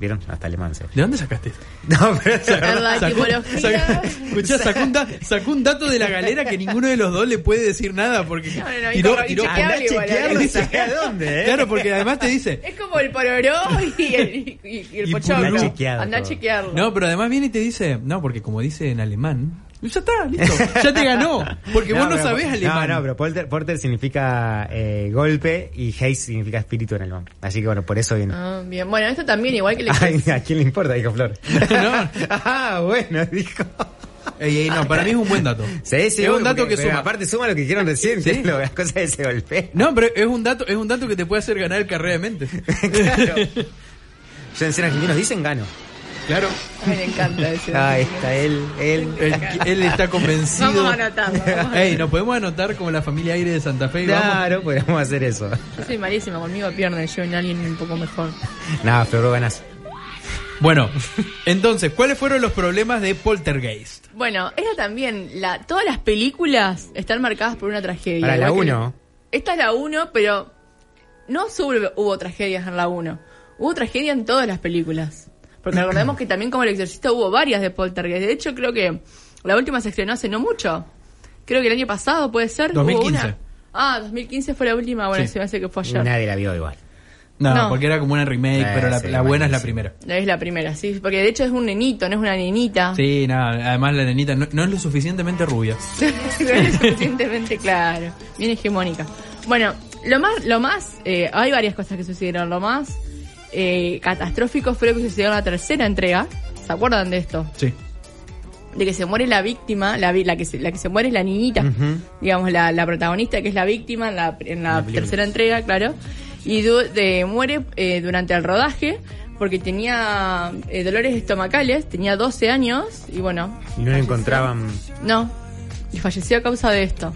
¿Vieron? Hasta alemán se...
¿De dónde sacaste esto?
<laughs> No, pero es la verdad.
La tipología.
Saca- escuchá, sacó un, da- sacó un dato de la galera que ninguno de los dos le puede decir nada porque
No, no, no,
tiró-
incorre-
tiró-
inchequeable
andá a
igual,
chequearlo,
¿eh?
dice.
Saqué a dónde, ¿eh?
Claro, porque además te dice,
Es como el pororó y el, y, y el
Y
pochoclo.
pulpo. Andá
chequeado
Andá a
todo.
chequearlo.
no, pero además viene y te dice, no, porque como dice en alemán, y ya está, listo, ya te ganó, porque vos no
pero-
sabés alemán.
No, no, pero Polter, Polter significa eh, golpe y Heist significa espíritu en alemán. Así que bueno, por eso viene.
Ah, bien. Bueno, esto también, igual que <laughs> el
Ay, ¿A quién le importa? Dijo Flor.
<laughs> No.
<laughs> ah, bueno, dijo.
Ey, ey, no, para mí es un buen dato.
<laughs> Sí, sí,
es un
bueno,
dato
porque-
que
pero
suma.
Aparte suma lo que dijeron recién,
Sí.
que es <laughs> lo- las cosas de ese golpe.
No, pero es un dato, es un dato que te puede hacer ganar el carrera de
<laughs>
mente.
claro. Yo en ser argentinos dicen gano.
claro.
Me encanta ese.
Ah, está él, él.
Él, él está convencido.
Vamos a anotarlo. vamos a-
Ey, nos podemos anotar como la familia aire de Santa Fe y vamos.
Claro, podemos hacer eso.
Yo soy malísima, conmigo pierden, yo en alguien un poco mejor.
Nada, Flor, vos ganás.
Bueno, entonces, ¿cuáles fueron los problemas de Poltergeist?
Bueno, esta también, la, todas las películas están marcadas por una tragedia.
Para la
igual que-
uno.
Esta es la 1, pero no solo hubo tragedias en la 1. Hubo tragedia en todas las películas.
<clears throat>
Porque recordemos que también como el exorcista hubo varias de Poltergeist. De hecho, creo que la última se estrenó hace no mucho. Creo que el año pasado, puede ser. hubo
2015.
una. Ah, 2015 fue la última. Bueno,
Sí.
se me hace que fue ayer.
Nadie la vio igual.
No,
No.
porque era como una remake,
Eh,
pero la,
sí,
la buena es la
buenísimo.
primera.
Es la primera, sí. Porque de hecho es un nenito, no es una nenita.
Sí, nada, además la nenita no, no es lo suficientemente rubia.
no es suficientemente claro. Bien hegemónica. Bueno, lo más, lo más, eh, hay varias cosas que sucedieron. Lo más eh, catastrófico fue lo que sucedió en la tercera entrega. ¿Se acuerdan de esto?
Sí.
De que se muere la víctima, la, vi- la, que, se, la que se muere es la niñita, digamos, la, la protagonista que es la víctima en la, en la tercera entrega, claro. Y du- de- muere eh, durante el rodaje porque tenía eh, dolores estomacales, tenía 12 años y bueno,
Y no la encontraban.
no, y falleció a causa de esto.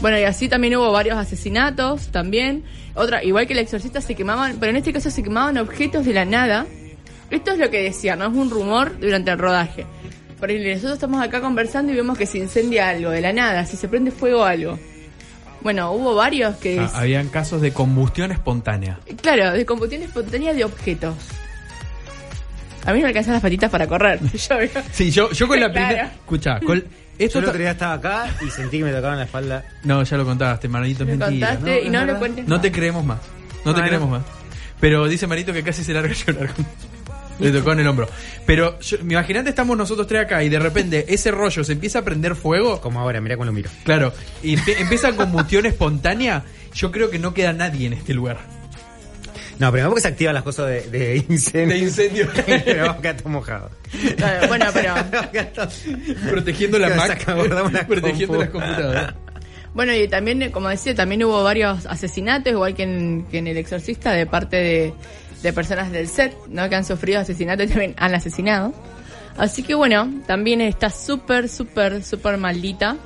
Bueno, y así también hubo varios asesinatos, también. Otra, igual que el exorcista, se quemaban, pero en este caso se quemaban objetos de la nada. Esto es lo que decían, no es un rumor durante el rodaje. Por ahí nosotros estamos acá conversando y vemos que se incendia algo de la nada, si se prende fuego algo. Bueno, hubo varios que...
Ah, habían casos de combustión espontánea.
Claro, de combustión espontánea de objetos. A mí no me alcanzan las patitas para correr. <laughs> Yo,
Sí, yo, yo con la
Claro.
primera. Escucha,
<laughs>
con.
Yo
Esto
el otro
ta-
día estaba acá y sentí que me tocaban la espalda.
No, ya lo contaste, Marito, es
Lo
mentira.
contaste y
es
no lo
verdad.
cuentes
No
más.
te creemos más. No te
Bueno.
creemos más. Pero dice Marito que casi se larga a llorar. Le tocó en el hombro. Pero yo- imagínate, estamos nosotros tres acá y de repente ese rollo se empieza a prender fuego.
Como ahora, mirá cómo lo miro.
Claro, y empie- empieza combustión espontánea. Yo creo que no queda nadie en este <laughs> lugar.
No, pero tampoco se activan las cosas de, de <laughs> incendio.
De <laughs> incendio.
<laughs> pero vamos a quedar todos
<laughs>
mojados.
Claro, bueno, pero...
Vamos a quedar todos-
Protegiendo la
Que
Mac,
saca, guardamos la
<laughs> protegiendo
compu.
las computadoras.
Bueno, y también, eh, como decía, también hubo varios asesinatos, igual que en, que en El Exorcista, de parte de, de personas del set, ¿no? Que han sufrido asesinatos y también han asesinado. Así que bueno, también está súper, súper, súper maldita.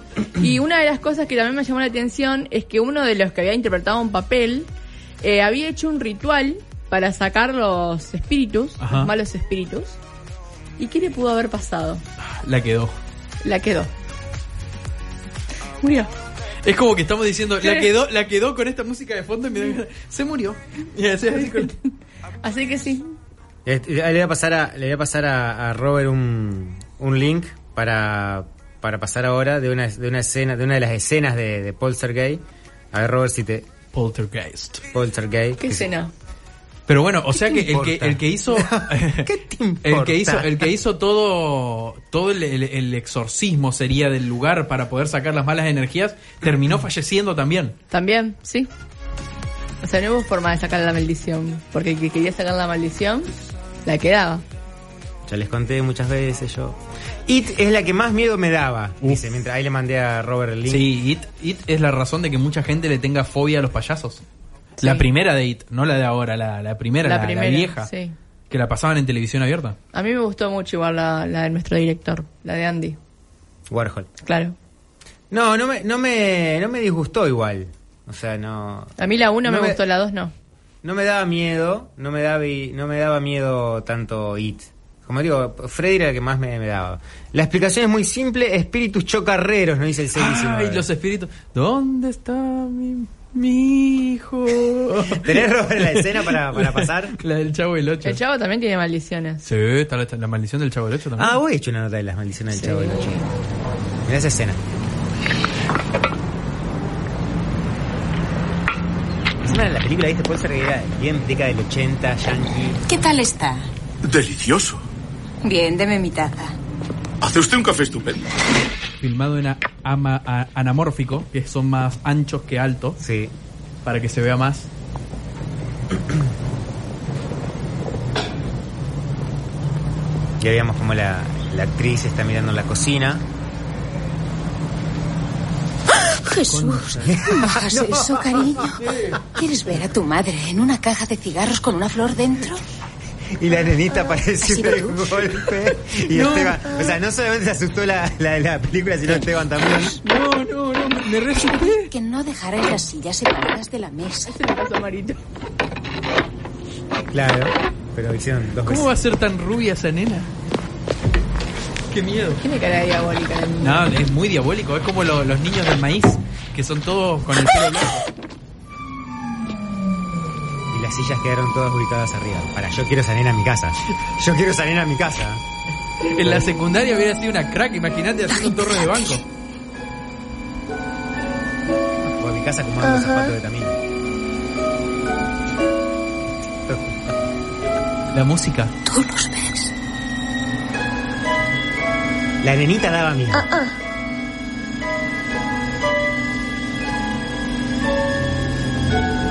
Y una de las cosas que también me llamó la atención es que uno de los que había interpretado un papel eh, había hecho un ritual para sacar los espíritus,
Ajá.
los malos espíritus. ¿Y qué le pudo haber pasado?
La quedó.
La quedó. Murió.
Es como que estamos diciendo, la quedó, la quedó con esta música de fondo y me da- se murió. Y así- así con-
Así que sí,
Este, Le voy a pasar a, le voy a, pasar a, a Robert un, un link para, para pasar ahora de una, de una escena, de una de las escenas de, de Poltergeist. A ver, Robert, si te.
Poltergeist.
Poltergeist.
¿Qué
que se-
escena?
Pero bueno, o sea
te
que el, que
importa?
el que hizo
¿Qué te
<laughs> el que hizo
importa?
el que hizo todo todo el, el- el exorcismo sería del lugar para poder sacar las malas energías terminó falleciendo también.
También, sí. O sea, no hubo forma de sacar la maldición. Porque el que quería sacar la maldición, la quedaba.
Ya les conté muchas veces yo. It es la que más miedo me daba. Dice, mientras ahí le mandé a Robert el link.
Sí, It, It es la razón de que mucha gente le tenga fobia a los payasos. La primera de It, no la de ahora, la, la primera,
La
la, la
primera,
vieja.
sí.
Que la pasaban en televisión abierta.
A mí me gustó mucho igual la, la de nuestro director, la de Andy.
Warhol.
Claro.
No, no me, no me, no me disgustó igual. O sea, no.
A mí la 1
No
me,
me-
gustó, la 2 no.
No me daba miedo, no me daba, no me daba miedo tanto It. Como digo, Freddy era el que más me, me daba. La explicación es muy simple, espíritus chocarreros, no dice el 619.
Ay, los espíritus. ¿Dónde está mi, mi hijo?
<laughs> ¿Tenés, Robert, la escena para- para pasar?
<laughs> La del Chavo del 8.
El chavo también tiene maldiciones.
Sí, está la, la maldición del Chavo del 8 también.
Ah, voy a hecho una nota de las maldiciones del Chavo del Ocho. Mirá esa escena. Encima la película, ¿viste? Puede ser que era bien década del 80, yankee.
¿Qué tal está?
Delicioso.
Bien, deme mi taza.
Hace usted un café estupendo.
Filmado en a- ama- a- anamórfico, que son más anchos que altos,
Sí.
para que se vea más.
Ya veíamos como la, la actriz está mirando en la cocina.
<laughs> Jesús, no hagas eso, cariño. ¿Quieres ver a tu madre en una caja de cigarros con una flor dentro?
Y la nenita apareció
¿Ha sido
de un golpe. Y Esteban. O sea, no solamente se asustó la, la de la película, sino Esteban también.
No, no, no, me, me resuelve.
Que no dejaras las sillas separadas de la mesa.
Se le pasó a Marito.
Claro. Pero hicieron dos
¿Cómo va
veces.
a ser tan rubia esa nena? Qué miedo.
Tiene cara diabólica. el-
No, es muy diabólico. Es como lo- los niños del maíz, que son todos con el pelo blanco.
Y las sillas quedaron todas ubicadas arriba. Para, yo quiero esa nena a mi casa. Yo quiero esa nena a mi casa.
En la secundaria hubiera sido una crack, imagínate haciendo un torre de banco.
Por mi casa como un zapatos de camino.
La música.
Tú los ves.
La nenita daba miedo.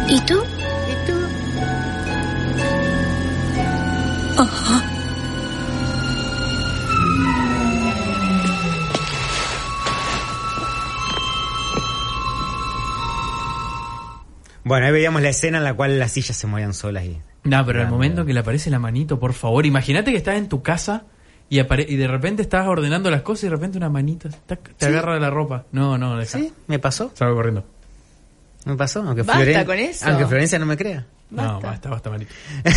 ¿Y tú?
Bueno, ahí veíamos la escena en la cual las sillas se movían solas y.
No, pero al
Grande.
momento que le aparece la manito, por favor, imagínate que estás en tu casa y, apare- y de repente estás ordenando las cosas y de repente una manito tac, te agarra de la ropa. No, no, deja.
Sí, me pasó.
Salgo corriendo.
Me pasó. Aunque
Basta
Floren-
con eso.
Aunque Florencia no me crea.
No, basta, basta, manito.
Aunque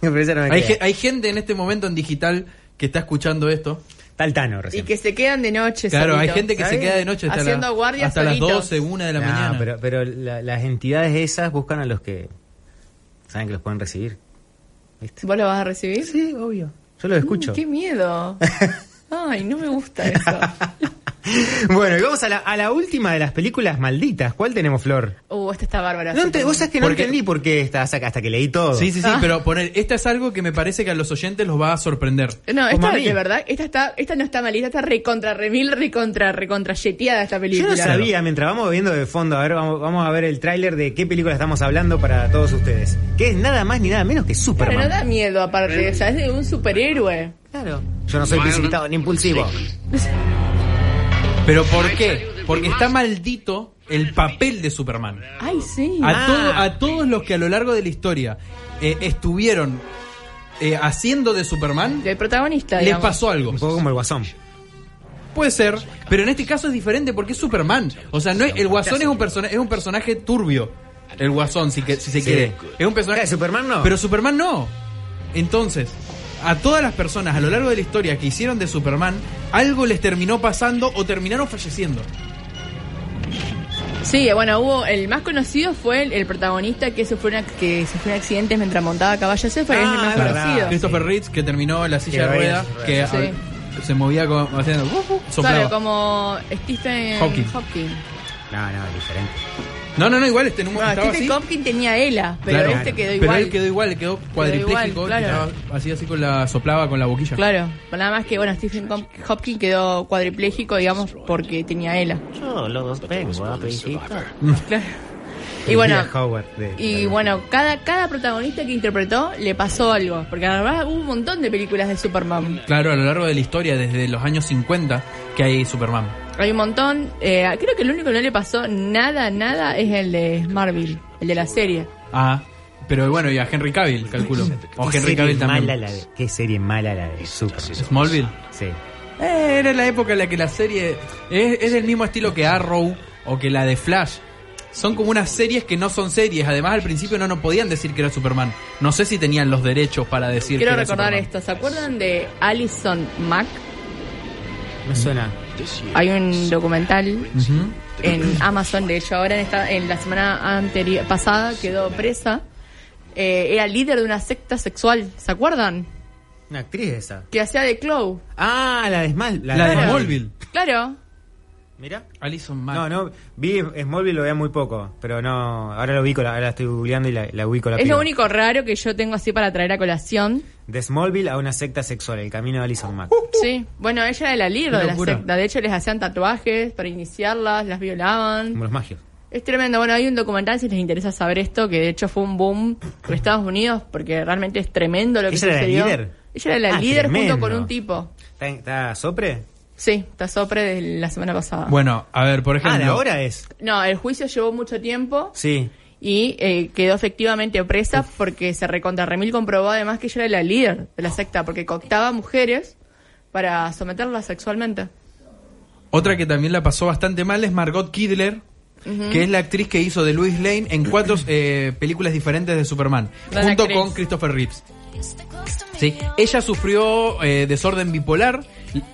Florencia no me
Hay,
crea.
ge- hay gente en este momento en digital que está escuchando esto
Está el Tano recién.
Y que se quedan de noche.
Claro, hay
solitos,
gente que se
¿sabes?
queda de noche hasta, la-
Haciendo guardia
hasta las
solitos.
12, 1 de la
No,
mañana.
Pero, pero la- las entidades esas buscan a los que saben que los pueden recibir. ¿Viste?
¿Vos lo vas a recibir?
Sí, obvio. Yo lo escucho.
Mm, ¡Qué miedo! Ay, no me gusta eso.
<laughs> bueno, y vamos a la, a la última de las películas malditas. ¿Cuál tenemos, Flor?
Uh, esta está bárbara.
No ente- vos sabés que no
Porque-
entendí por qué estás acá hasta que leí todo. Ah.
Sí, sí, sí, pero poner, esta es algo que me parece que a los oyentes los va a sorprender.
No,
Como a
esta
mí.
de verdad, esta está, esta no está malita, está recontra, remil, recontra, recontra yeteada esta
Yo
película.
no sabía, mientras vamos viendo de fondo, a ver, vamos, vamos a ver el tráiler de qué película estamos hablando para todos ustedes. Que es nada más ni nada menos que
Pero no
Superman.
da miedo aparte, o sea, es de un superhéroe.
Claro. Yo no soy precipitado ni impulsivo.
¿Pero por qué? Porque está maldito el papel de Superman.
Ay, sí.
A, todo- a todos los que a lo largo de la historia eh, estuvieron eh, haciendo de Superman,
Del protagonista,
les
digamos.
pasó algo.
Un poco como el Guasón.
Puede ser, pero en este caso es diferente porque es Superman. O sea, no es, el Guasón es un, persona, es un personaje turbio. El Guasón, si, que, si se
Sí.
quiere. Es un personaje...
Eh, Superman no.
Pero Superman no. Entonces, a todas las personas a lo largo de la historia que hicieron de Superman, algo les terminó pasando o terminaron falleciendo.
Sí, bueno, hubo el más conocido fue el, el protagonista que sufrió, una, que sufrió un accidente mientras montaba a caballo. Ese fue
Ah,
el más
es verdad.
conocido.
Christopher Reeves, que terminó en la silla
Que
de rueda,
va
que
en
silla de ruedas.
al- se movía como haciendo... uh, uh, soplaba.
Claro, como Stephen
Hawking.
Hawking.
No, no, es diferente.
No, no, no, igual este en un
Bueno,
estaba
Stephen
así.
Hawking tenía ELA, pero
Claro.
este quedó
Pero
igual.
él quedó igual, quedó cuadripléjico,
igual, claro.
que estaba así así con la soplaba con la boquilla.
Claro, nada más que bueno, Stephen Com- Hopkins quedó cuadripléjico, digamos, porque tenía ELA.
Yo los ¿ah, tengo, a principio.
<laughs> Claro. Y bueno,
Mira, Howard de-
y bueno, cada cada protagonista que interpretó le pasó algo, porque además hubo un montón de películas de Superman.
Claro, a lo largo de la historia, desde los años 50, que hay Superman.
Hay un montón, eh, creo que el único que no le pasó nada, nada es el de Marvel, el de la serie.
Ah, pero bueno, y a Henry Cavill, calculo. O
qué
Henry
serie
Cavill
mala
también.
la de, qué serie mala la de Superman.
Smallville.
Sí.
Eh, era la época en la que la serie es, es del mismo estilo que Arrow o que la de Flash. Son como unas series que no son series. Además, al principio no, no podían decir que era Superman. No sé si tenían los derechos para decir
Quiero
que era
recordar
Superman.
esto, ¿se acuerdan de Alison Mack?
No suena.
Hay un documental
Ujú.
<laughs>
en Amazon. De hecho, ahora en, esta, en la semana anterior, pasada quedó presa. Eh, era líder de una secta sexual, ¿se acuerdan?
Una actriz esa.
Que hacía de Clow.
Ah, la de Smallville.
La de Smallville.
Claro.
Mira.
Alison Mack.
No, no, vi Smallville, lo veía muy poco, pero no, ahora lo ubico, la, ahora la estoy googleando y la, la ubico la
es
piba.
lo único raro que yo tengo así para traer a colación.
De Smallville a una secta sexual, el camino de Alison Mack.
Sí. Bueno, ella era la líder
Qué
de la
locura.
secta. De hecho, les hacían tatuajes para iniciarlas, las violaban.
Como los magios.
Es tremendo. Bueno, hay un documental si les interesa saber esto, que de hecho fue un boom en Estados Unidos, porque realmente es tremendo lo que
¿Ella era la
sucedió.
líder?
Ella era la
Ah,
líder
tremendo.
junto con un tipo.
¿Está, está sopre?
Sí, está sopre de la semana pasada.
Bueno, a ver, por ejemplo.
Ah, de ahora es.
No, el juicio llevó mucho tiempo
Sí.
y eh, quedó efectivamente presa porque se recontra remil comprobó además que ella era la líder de la secta porque cooptaba mujeres para someterlas sexualmente.
Otra que también la pasó bastante mal es Margot Kidler, que es la actriz que hizo de Louis Lane en cuatro eh, películas diferentes de Superman,
Gran
junto
actriz.
con Christopher Reeves. Sí. Ella sufrió eh, desorden bipolar,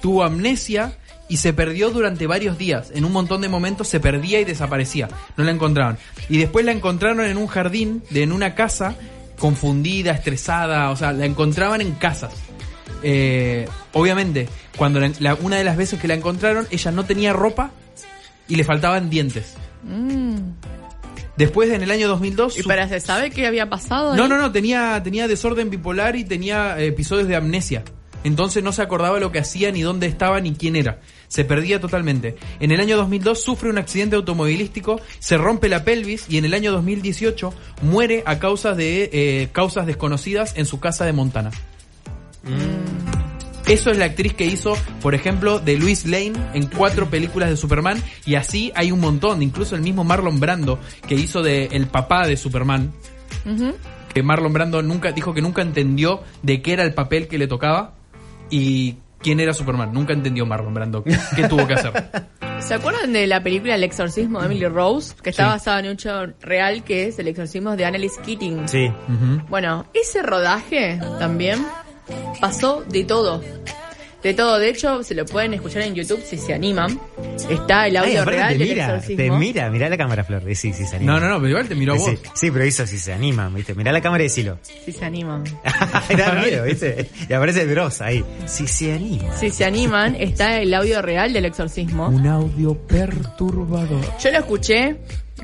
tuvo amnesia y se perdió durante varios días. En un montón de momentos se perdía y desaparecía. No la encontraban. Y después la encontraron en un jardín, de, en una casa, confundida, estresada. O sea, la encontraban en casas. Eh, obviamente, cuando la- la- una de las veces que la encontraron, ella no tenía ropa y le faltaban dientes. Después, en el año 2002...
Mm. ¿Y
su-
para se sabe qué había pasado?
no,
ahí?
no, no, tenía, tenía desorden bipolar y tenía eh, episodios de amnesia. Entonces no se acordaba lo que hacía, ni dónde estaba, ni quién era. Se perdía totalmente. En el año 2002 sufre un accidente automovilístico, se rompe la pelvis y en el año 2018 muere a causa de eh, causas desconocidas en su casa de Montana. Eso es la actriz que hizo, por ejemplo, de Louis Lane en cuatro películas de Superman y así hay un montón, incluso el mismo Marlon Brando que hizo de el papá de Superman. Que Marlon Brando nunca dijo que nunca entendió de qué era el papel que le tocaba y quién era Superman. Nunca entendió Marlon Brando qué tuvo
<laughs>
que hacer.
¿Se acuerdan de la película El exorcismo de Emily Rose? Que está basada en un hecho real que es el exorcismo de Annalise Keating.
Sí.
Ujú.
Bueno, ese rodaje también pasó de todo. de todo. De hecho, se lo pueden escuchar en YouTube si se animan. Está el
Ay,
audio
aparte
real
te
del
mira, te
exorcismo.
mira, mirá la cámara, Flor. Decí si se anima.
No, no, no, pero igual te miró a vos.
Decí, sí, pero hizo si se anima, ¿viste? Mirá la cámara y decilo. <laughs>
Si se animan.
da miedo, ¿viste? Y aparece Dross ahí. Si se anima.
Si se animan, está el audio real del exorcismo.
Un audio perturbador.
Yo lo escuché,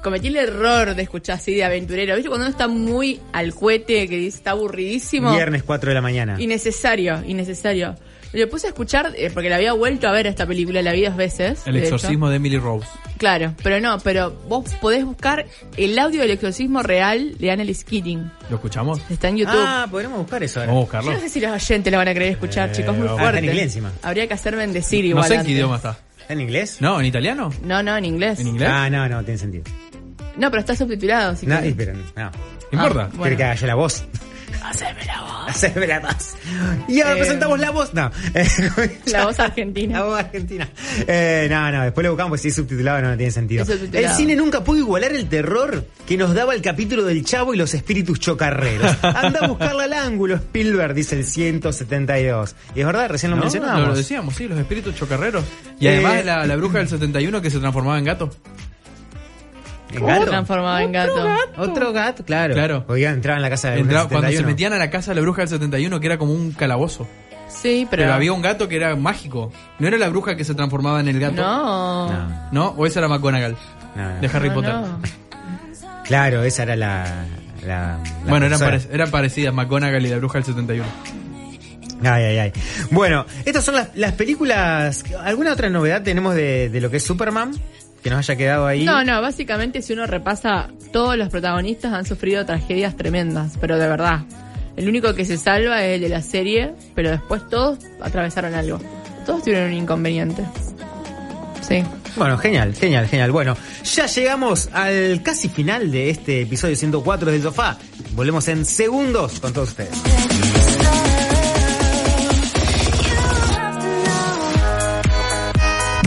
cometí el error de escuchar así de aventurero. ¿Viste cuando uno está muy al cohete, que dice, está aburridísimo?
Viernes 4 de la mañana.
Innecesario, innecesario. Le puse a escuchar, eh, porque la había vuelto a ver esta película, la vi dos veces.
El
de hecho.
exorcismo de Emily Rose.
Claro, pero no, pero vos podés buscar el audio del exorcismo real de Annelies Keating.
¿Lo escuchamos?
Está en YouTube.
Ah, podremos buscar eso ahora.
Vamos
Yo
a buscarlo.
no sé si los oyentes la van a querer escuchar, chicos, muy
vamos.
fuerte.
Ah, está en inglés encima.
Habría que hacer bendecir igual.
No sé en qué
antes.
idioma está.
¿Está en inglés?
No, ¿en italiano?
No, no, en inglés.
¿En inglés?
Ah, no, no, tiene sentido.
No, pero está subtitulado, así
No,
que-
espera, no. no.
No importa.
Ah, bueno.
Quiere que haga yo la voz.
Haceme la voz.
<laughs> Haceme la voz. Y ahora
Eh,
presentamos la voz.
<laughs>
No.
La
<laughs>
voz argentina.
La voz argentina. Eh, no, no, después lo buscamos porque si es subtitulado no, no tiene sentido.
Es subtitulado.
El cine nunca pudo igualar el terror que nos daba el capítulo del Chavo y los espíritus
<laughs>
chocarreros. Anda a buscarla al ángulo, Spielberg, dice el 172. Y es verdad, recién lo
No,
mencionábamos.
Lo decíamos, sí, los espíritus chocarreros. Y
Eh,
además la, la bruja del 71 que se transformaba en gato.
¿El
¿Cómo
gato?
transformaba en gato?
Otro gato, claro.
Claro.
Oigan, entraba en la casa de
Entraba- cuando se
71.
metían a la casa de la bruja del 71, que era como un calabozo.
Sí, pero.
Pero había un gato que era mágico. No era la bruja que se transformaba en el gato.
No.
No,
¿No? O esa era McGonagall.
no, no.
De Harry
No,
Potter.
no.
Claro, esa era la. la- la
Bueno, eran,
profesora.
parec- eran parecidas, McGonagall y la bruja del 71.
Ay, ay, ay. Bueno, estas son las, las películas. ¿Alguna otra novedad tenemos de, de lo que es Superman? Que nos haya quedado ahí.
No, no, básicamente si uno repasa, todos los protagonistas han sufrido tragedias tremendas, pero de verdad. El único que se salva es el de la serie, pero después todos atravesaron algo. Todos tuvieron un inconveniente. Sí.
Bueno, genial, genial, genial. Bueno, ya llegamos al casi final de este episodio 104 del sofá. Volvemos en segundos con todos ustedes.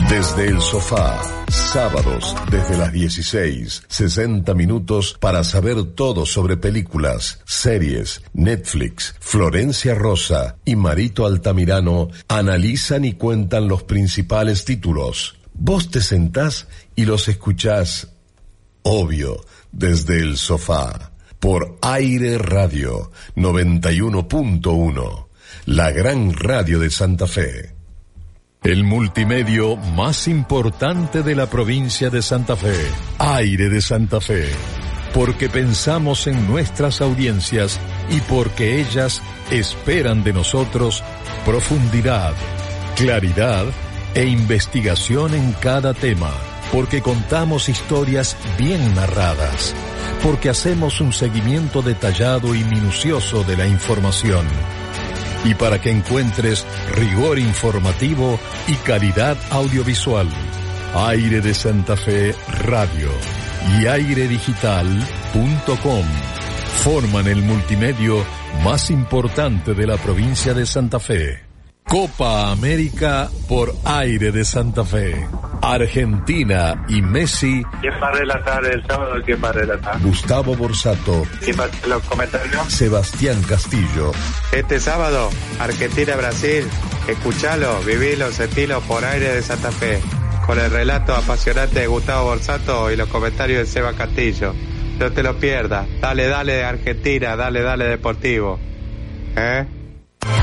Desde el sofá, sábados desde las 16, 60 minutos para saber todo sobre películas, series, Netflix, Florencia Rosa y Marito Altamirano analizan y cuentan los principales títulos. Vos te sentás y los escuchás, obvio, desde el sofá, por Aire Radio 91.1, la gran radio de Santa Fe. El multimedio más importante de la provincia de Santa Fe, Aire de Santa Fe, porque pensamos en nuestras audiencias y porque ellas esperan de nosotros profundidad, claridad e investigación en cada tema, porque contamos historias bien narradas, porque hacemos un seguimiento detallado y minucioso de la información y para que encuentres rigor informativo y calidad audiovisual. Aire de Santa Fe Radio y airedigital.com forman el multimedio más importante de la provincia de Santa Fe. Copa América por Aire de Santa Fe. Argentina y Messi,
¿Quién va a relatar el sábado? ¿Quién va a relatar?
Gustavo Borsato,
¿Quién va a hacer los comentarios?
Sebastián Castillo,
Este sábado, Argentina-Brasil. Escuchalo, vivilo, sentilo por aire de Santa Fe. Con el relato apasionante de Gustavo Borsato y los comentarios de Seba Castillo. No te lo pierdas. Dale, dale, Argentina. Dale, dale, Deportivo. ¿Eh?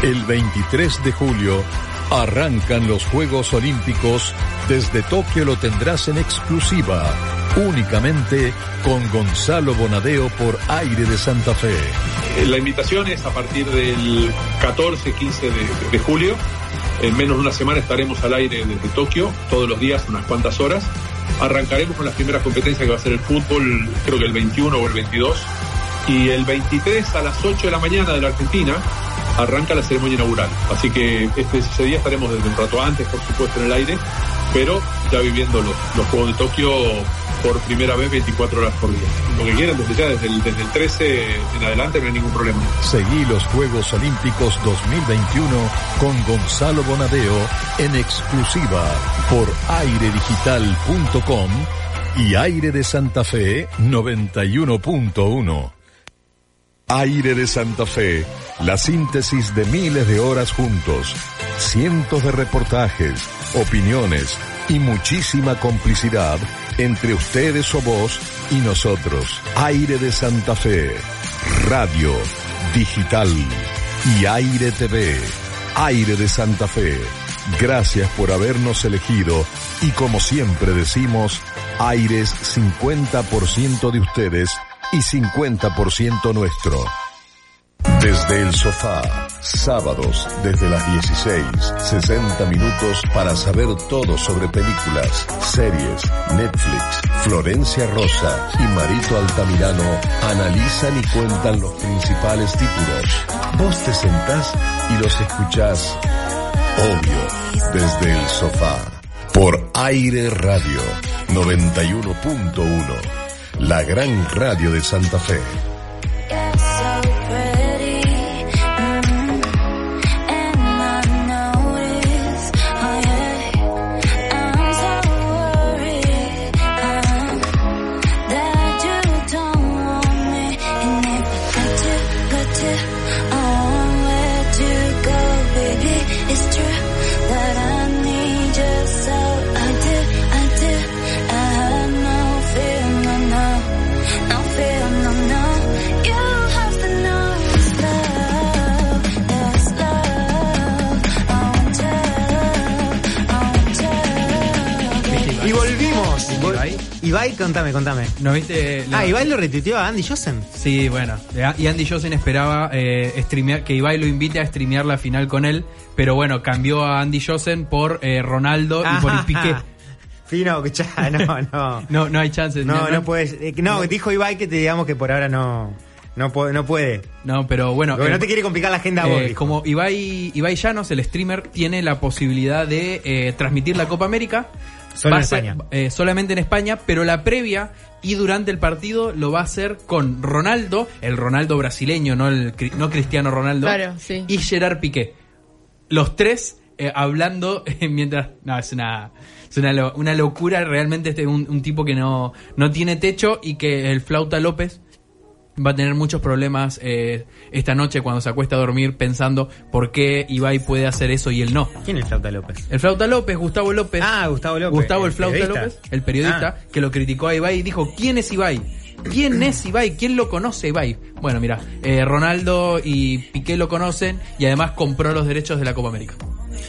El 23 de julio arrancan los Juegos Olímpicos. Desde Tokio lo tendrás en exclusiva, únicamente con Gonzalo Bonadeo por Aire de Santa Fe.
La invitación es a partir del 14, 15 de, de julio. En menos de una semana estaremos al aire desde Tokio, todos los días, unas cuantas horas. Arrancaremos con las primeras competencias que va a ser el fútbol, creo que el 21 o el 22. Y el 23 a las 8 de la mañana de la Argentina arranca la ceremonia inaugural. Así que este, ese día estaremos desde un rato antes, por supuesto, en el aire, pero ya viviendo los, los Juegos de Tokio por primera vez 24 horas por día. Lo que quieran, desde ya, desde el, desde el 13 en adelante no hay ningún problema.
Seguí los Juegos Olímpicos 2021 con Gonzalo Bonadeo en exclusiva por airedigital.com y Aire de Santa Fe 91.1. Aire de Santa Fe, la síntesis de miles de horas juntos, cientos de reportajes, opiniones y muchísima complicidad entre ustedes o vos y nosotros. Aire de Santa Fe, radio, digital y aire TV. Aire de Santa Fe. Gracias por habernos elegido y como siempre decimos, aires 50% de ustedes y 50% nuestro. Desde el sofá, sábados desde las 16, 60 minutos para saber todo sobre películas, series, Netflix, Florencia Rosa y Marito Altamirano analizan y cuentan los principales títulos. Vos te sentás y los escuchás, obvio, desde el sofá, por Aire Radio 91.1, la gran radio de Santa Fe.
Mm-hmm. oh, uh, uh,
Y volvimos. Ibai, contame, contame.
¿No viste? la-
Ah, Ibai lo retuiteó a Andy Josen.
Sí, bueno. Eh, Y Andy Josen esperaba eh, streamear- que Ibai lo invite a streamear la final con él, pero bueno, cambió a Andy Josen por eh, Ronaldo
<laughs>
y por Piqué.
Fino, ya, no, no.
No, no hay chances.
No, no puedes. eh, que no, dijo Ibai que te digamos que por ahora no, no, po- no puede.
No, pero bueno.
Porque
eh,
no te quiere complicar la agenda a vos.
Eh,
dijo.
como Ibai, Ibai Llanos, el streamer, tiene la posibilidad de eh, transmitir la Copa América.
Solo
Va a
en
ser-
España.
eh, solamente en España, pero la previa y durante el partido lo va a hacer con Ronaldo, el Ronaldo brasileño, no el cri- no Cristiano Ronaldo,
Claro, sí.
y Gerard Piqué. Los tres eh, hablando <laughs> eh, mientras... No, es una... Es una, lo- una locura realmente este un, un tipo que no, no tiene techo y que el Flauta López, va a tener muchos problemas eh, esta noche cuando se acuesta a dormir pensando por qué Ibai puede hacer eso y él no.
¿Quién es Flauta López?
El Flauta López, Gustavo López.
Ah, Gustavo López.
Gustavo el, Flauta
periodista. Ah.
López, el periodista, que lo criticó a Ibai y dijo, ¿quién es Ibai? ¿Quién es Ibai? ¿Quién lo conoce Ibai? Bueno, mira, eh, Ronaldo y Piqué lo conocen y además compró los derechos de la Copa América.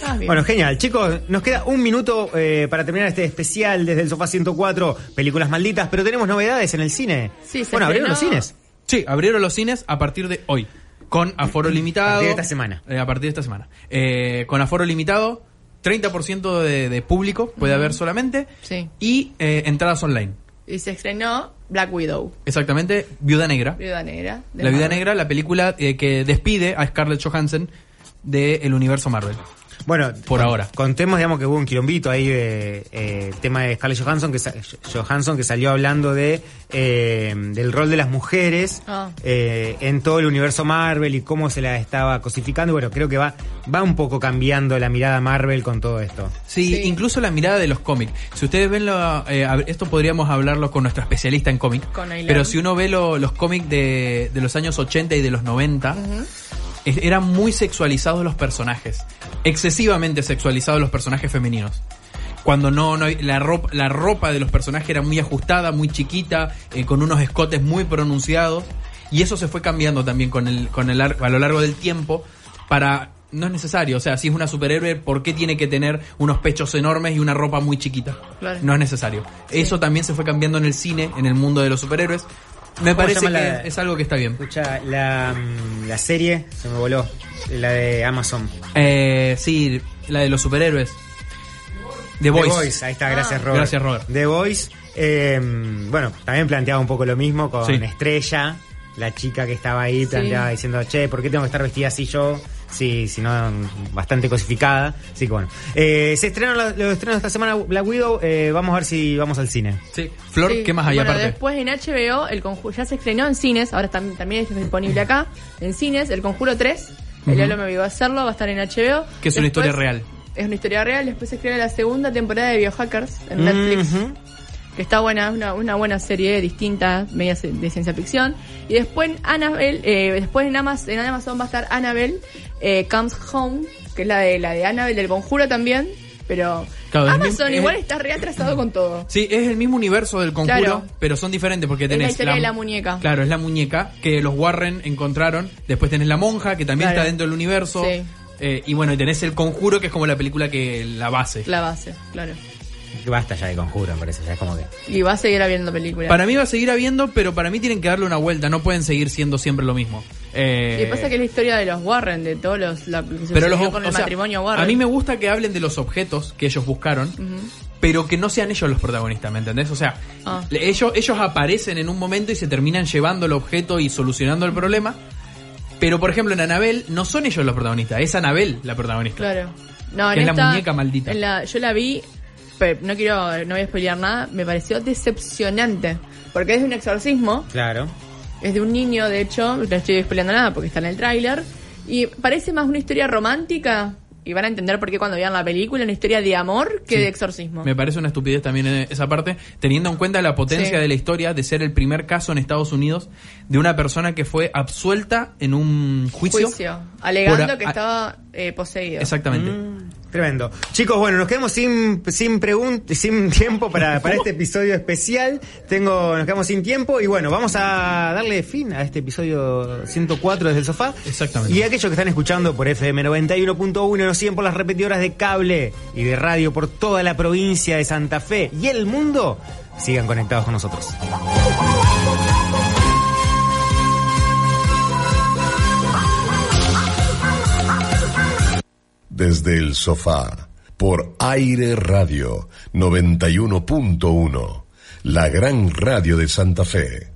Ah, bien.
Bueno, genial. Chicos, nos queda un minuto eh, para terminar este especial desde el Sofá 104, películas malditas, pero tenemos novedades en el cine.
Sí, se
bueno, abrieron los
estrenó-
cines.
Sí, abrieron los cines a partir de hoy. Con aforo limitado.
partir de esta semana.
Eh, a partir de esta semana. Eh, con aforo limitado, 30% de, de público puede haber solamente.
Sí.
Y eh, entradas online.
Y se estrenó Black Widow,
Exactamente, Viuda Negra.
Viuda Negra. de
La Viuda
Marvel.
Negra, la película eh, que despide a Scarlett Johansson del universo Marvel.
Bueno,
Por ahora.
Contemos, digamos, que hubo un quilombito ahí de eh, tema de Scarlett Johansson que, sa- Johansson que salió hablando de eh, del rol de las mujeres
Ah.
eh, en todo el universo Marvel y cómo se la estaba cosificando. Bueno, creo que va, va un poco cambiando la mirada Marvel con todo esto.
Sí,
Sí.
incluso la mirada de los cómics. Si ustedes ven, lo, eh, a ver, esto podríamos hablarlo con nuestra especialista en cómics.
Con Ailén.
Pero si uno ve lo- los cómics de, de los años 80 y de los 90, es- eran muy sexualizados los personajes. Excesivamente sexualizados los personajes femeninos. Cuando no, no hay- la, ropa, la ropa de los personajes era muy ajustada, muy chiquita, eh, con unos escotes muy pronunciados. Y eso se fue cambiando también con el, con el ar- a lo largo del tiempo para... No es necesario, o sea, si es una superhéroe, ¿por qué tiene que tener unos pechos enormes y una ropa muy chiquita?
Claro.
No es necesario. Eso también se fue cambiando en el cine, en el mundo de los superhéroes. Me
¿Cómo se
parece que
llama la-
es algo que está bien.
Escucha, la, mm, la serie se me voló, la de Amazon.
Eh, sí, la de los superhéroes. The Voice.
The Voice, ahí está,
Ah.
gracias Robert.
Gracias, Robert.
The Voice, eh, bueno, también planteaba un poco lo mismo con
Sí.
Estrella, la chica que estaba ahí planteaba diciendo, che, ¿por qué tengo que estar vestida así yo? Sí, si no, bastante cosificada. Así que bueno. Eh, se estrenaron los, los estrenos de esta semana, Black Widow, eh, vamos a ver si vamos al cine.
Sí. Flor,
Sí.
¿qué más hay
Bueno,
aparte?
Después en HBO, el Conju- ya se estrenó en cines, ahora tam- también es disponible acá, en cines, El Conjuro 3. El
Ujú.
Lolo me obligó a hacerlo, va a estar en HBO.
Que es una historia real.
Es una historia real. Después se estrena la segunda temporada de Biohackers
Mm,
en Netflix.
Ujú.
Que está buena, es una, una buena serie distinta, media ce- de ciencia ficción. Y después en Annabelle, eh, después en Amazon, en Amazon va a estar Annabelle eh, Comes Home, que es la de la de Annabelle del Conjuro también, pero
Claro, es
Amazon
mi-
igual
es-
está reatrasado con todo.
Sí, es el mismo universo del conjuro,
Claro.
pero son diferentes porque
Es la
tenés.
historia de la muñeca.
Claro, es la muñeca que los Warren encontraron. Después tenés la monja, que también
Claro.
está dentro del universo.
Sí.
Eh, y bueno, y tenés el conjuro, que es como la película que la base.
La base, claro.
Basta ya de conjuro, me parece. Ya es como que.
Y va a seguir habiendo películas.
Para mí va a seguir habiendo, pero para mí tienen que darle una vuelta. No pueden seguir siendo siempre lo mismo. Eh,
Y pasa que es la historia de los Warren, de todos los. la- que se
pero los
sucedió
ob-
con
o
el
sea,
matrimonio Warren.
a mí me gusta que hablen de los objetos que ellos buscaron,
Ujú.
pero que no sean ellos los protagonistas, ¿me entendés? O sea,
Ah.
Le- Ellos, ellos aparecen en un momento y se terminan llevando el objeto y solucionando el problema. Pero, por ejemplo, en Anabel no son ellos los protagonistas, es Anabel la protagonista.
Claro. No,
Que
en
es la
esta-
muñeca maldita.
en la- yo la vi, pero no quiero, no voy a spoilear nada, me pareció decepcionante. Porque es de un exorcismo,
Claro.
es de un niño, de hecho, no estoy spoileando nada porque está en el tráiler. Y parece más una historia romántica, y van a entender por qué cuando vean la película, una historia de amor que
Sí.
de exorcismo.
Me parece una estupidez también eh, esa parte, teniendo en cuenta la potencia
Sí.
de la historia de ser el primer caso en Estados Unidos de una persona que fue absuelta en un juicio.
Juicio, alegando
Por a-
que
a-
estaba Mm. eh, poseído.
Exactamente.
Mm, Tremendo. Chicos, bueno, nos quedamos sin, sin, pregun- sin <laughs> tiempo para, para este episodio especial. Tengo, nos quedamos sin tiempo y bueno, vamos a darle fin a este episodio 104 desde el sofá.
Exactamente.
Y aquellos que están escuchando por FM 91.1 no siguen por las repetidoras de cable y de radio por toda la provincia de Santa Fe y el mundo, sigan conectados con nosotros.
Desde el sofá, por Aire Radio 91.1, la gran radio de Santa Fe.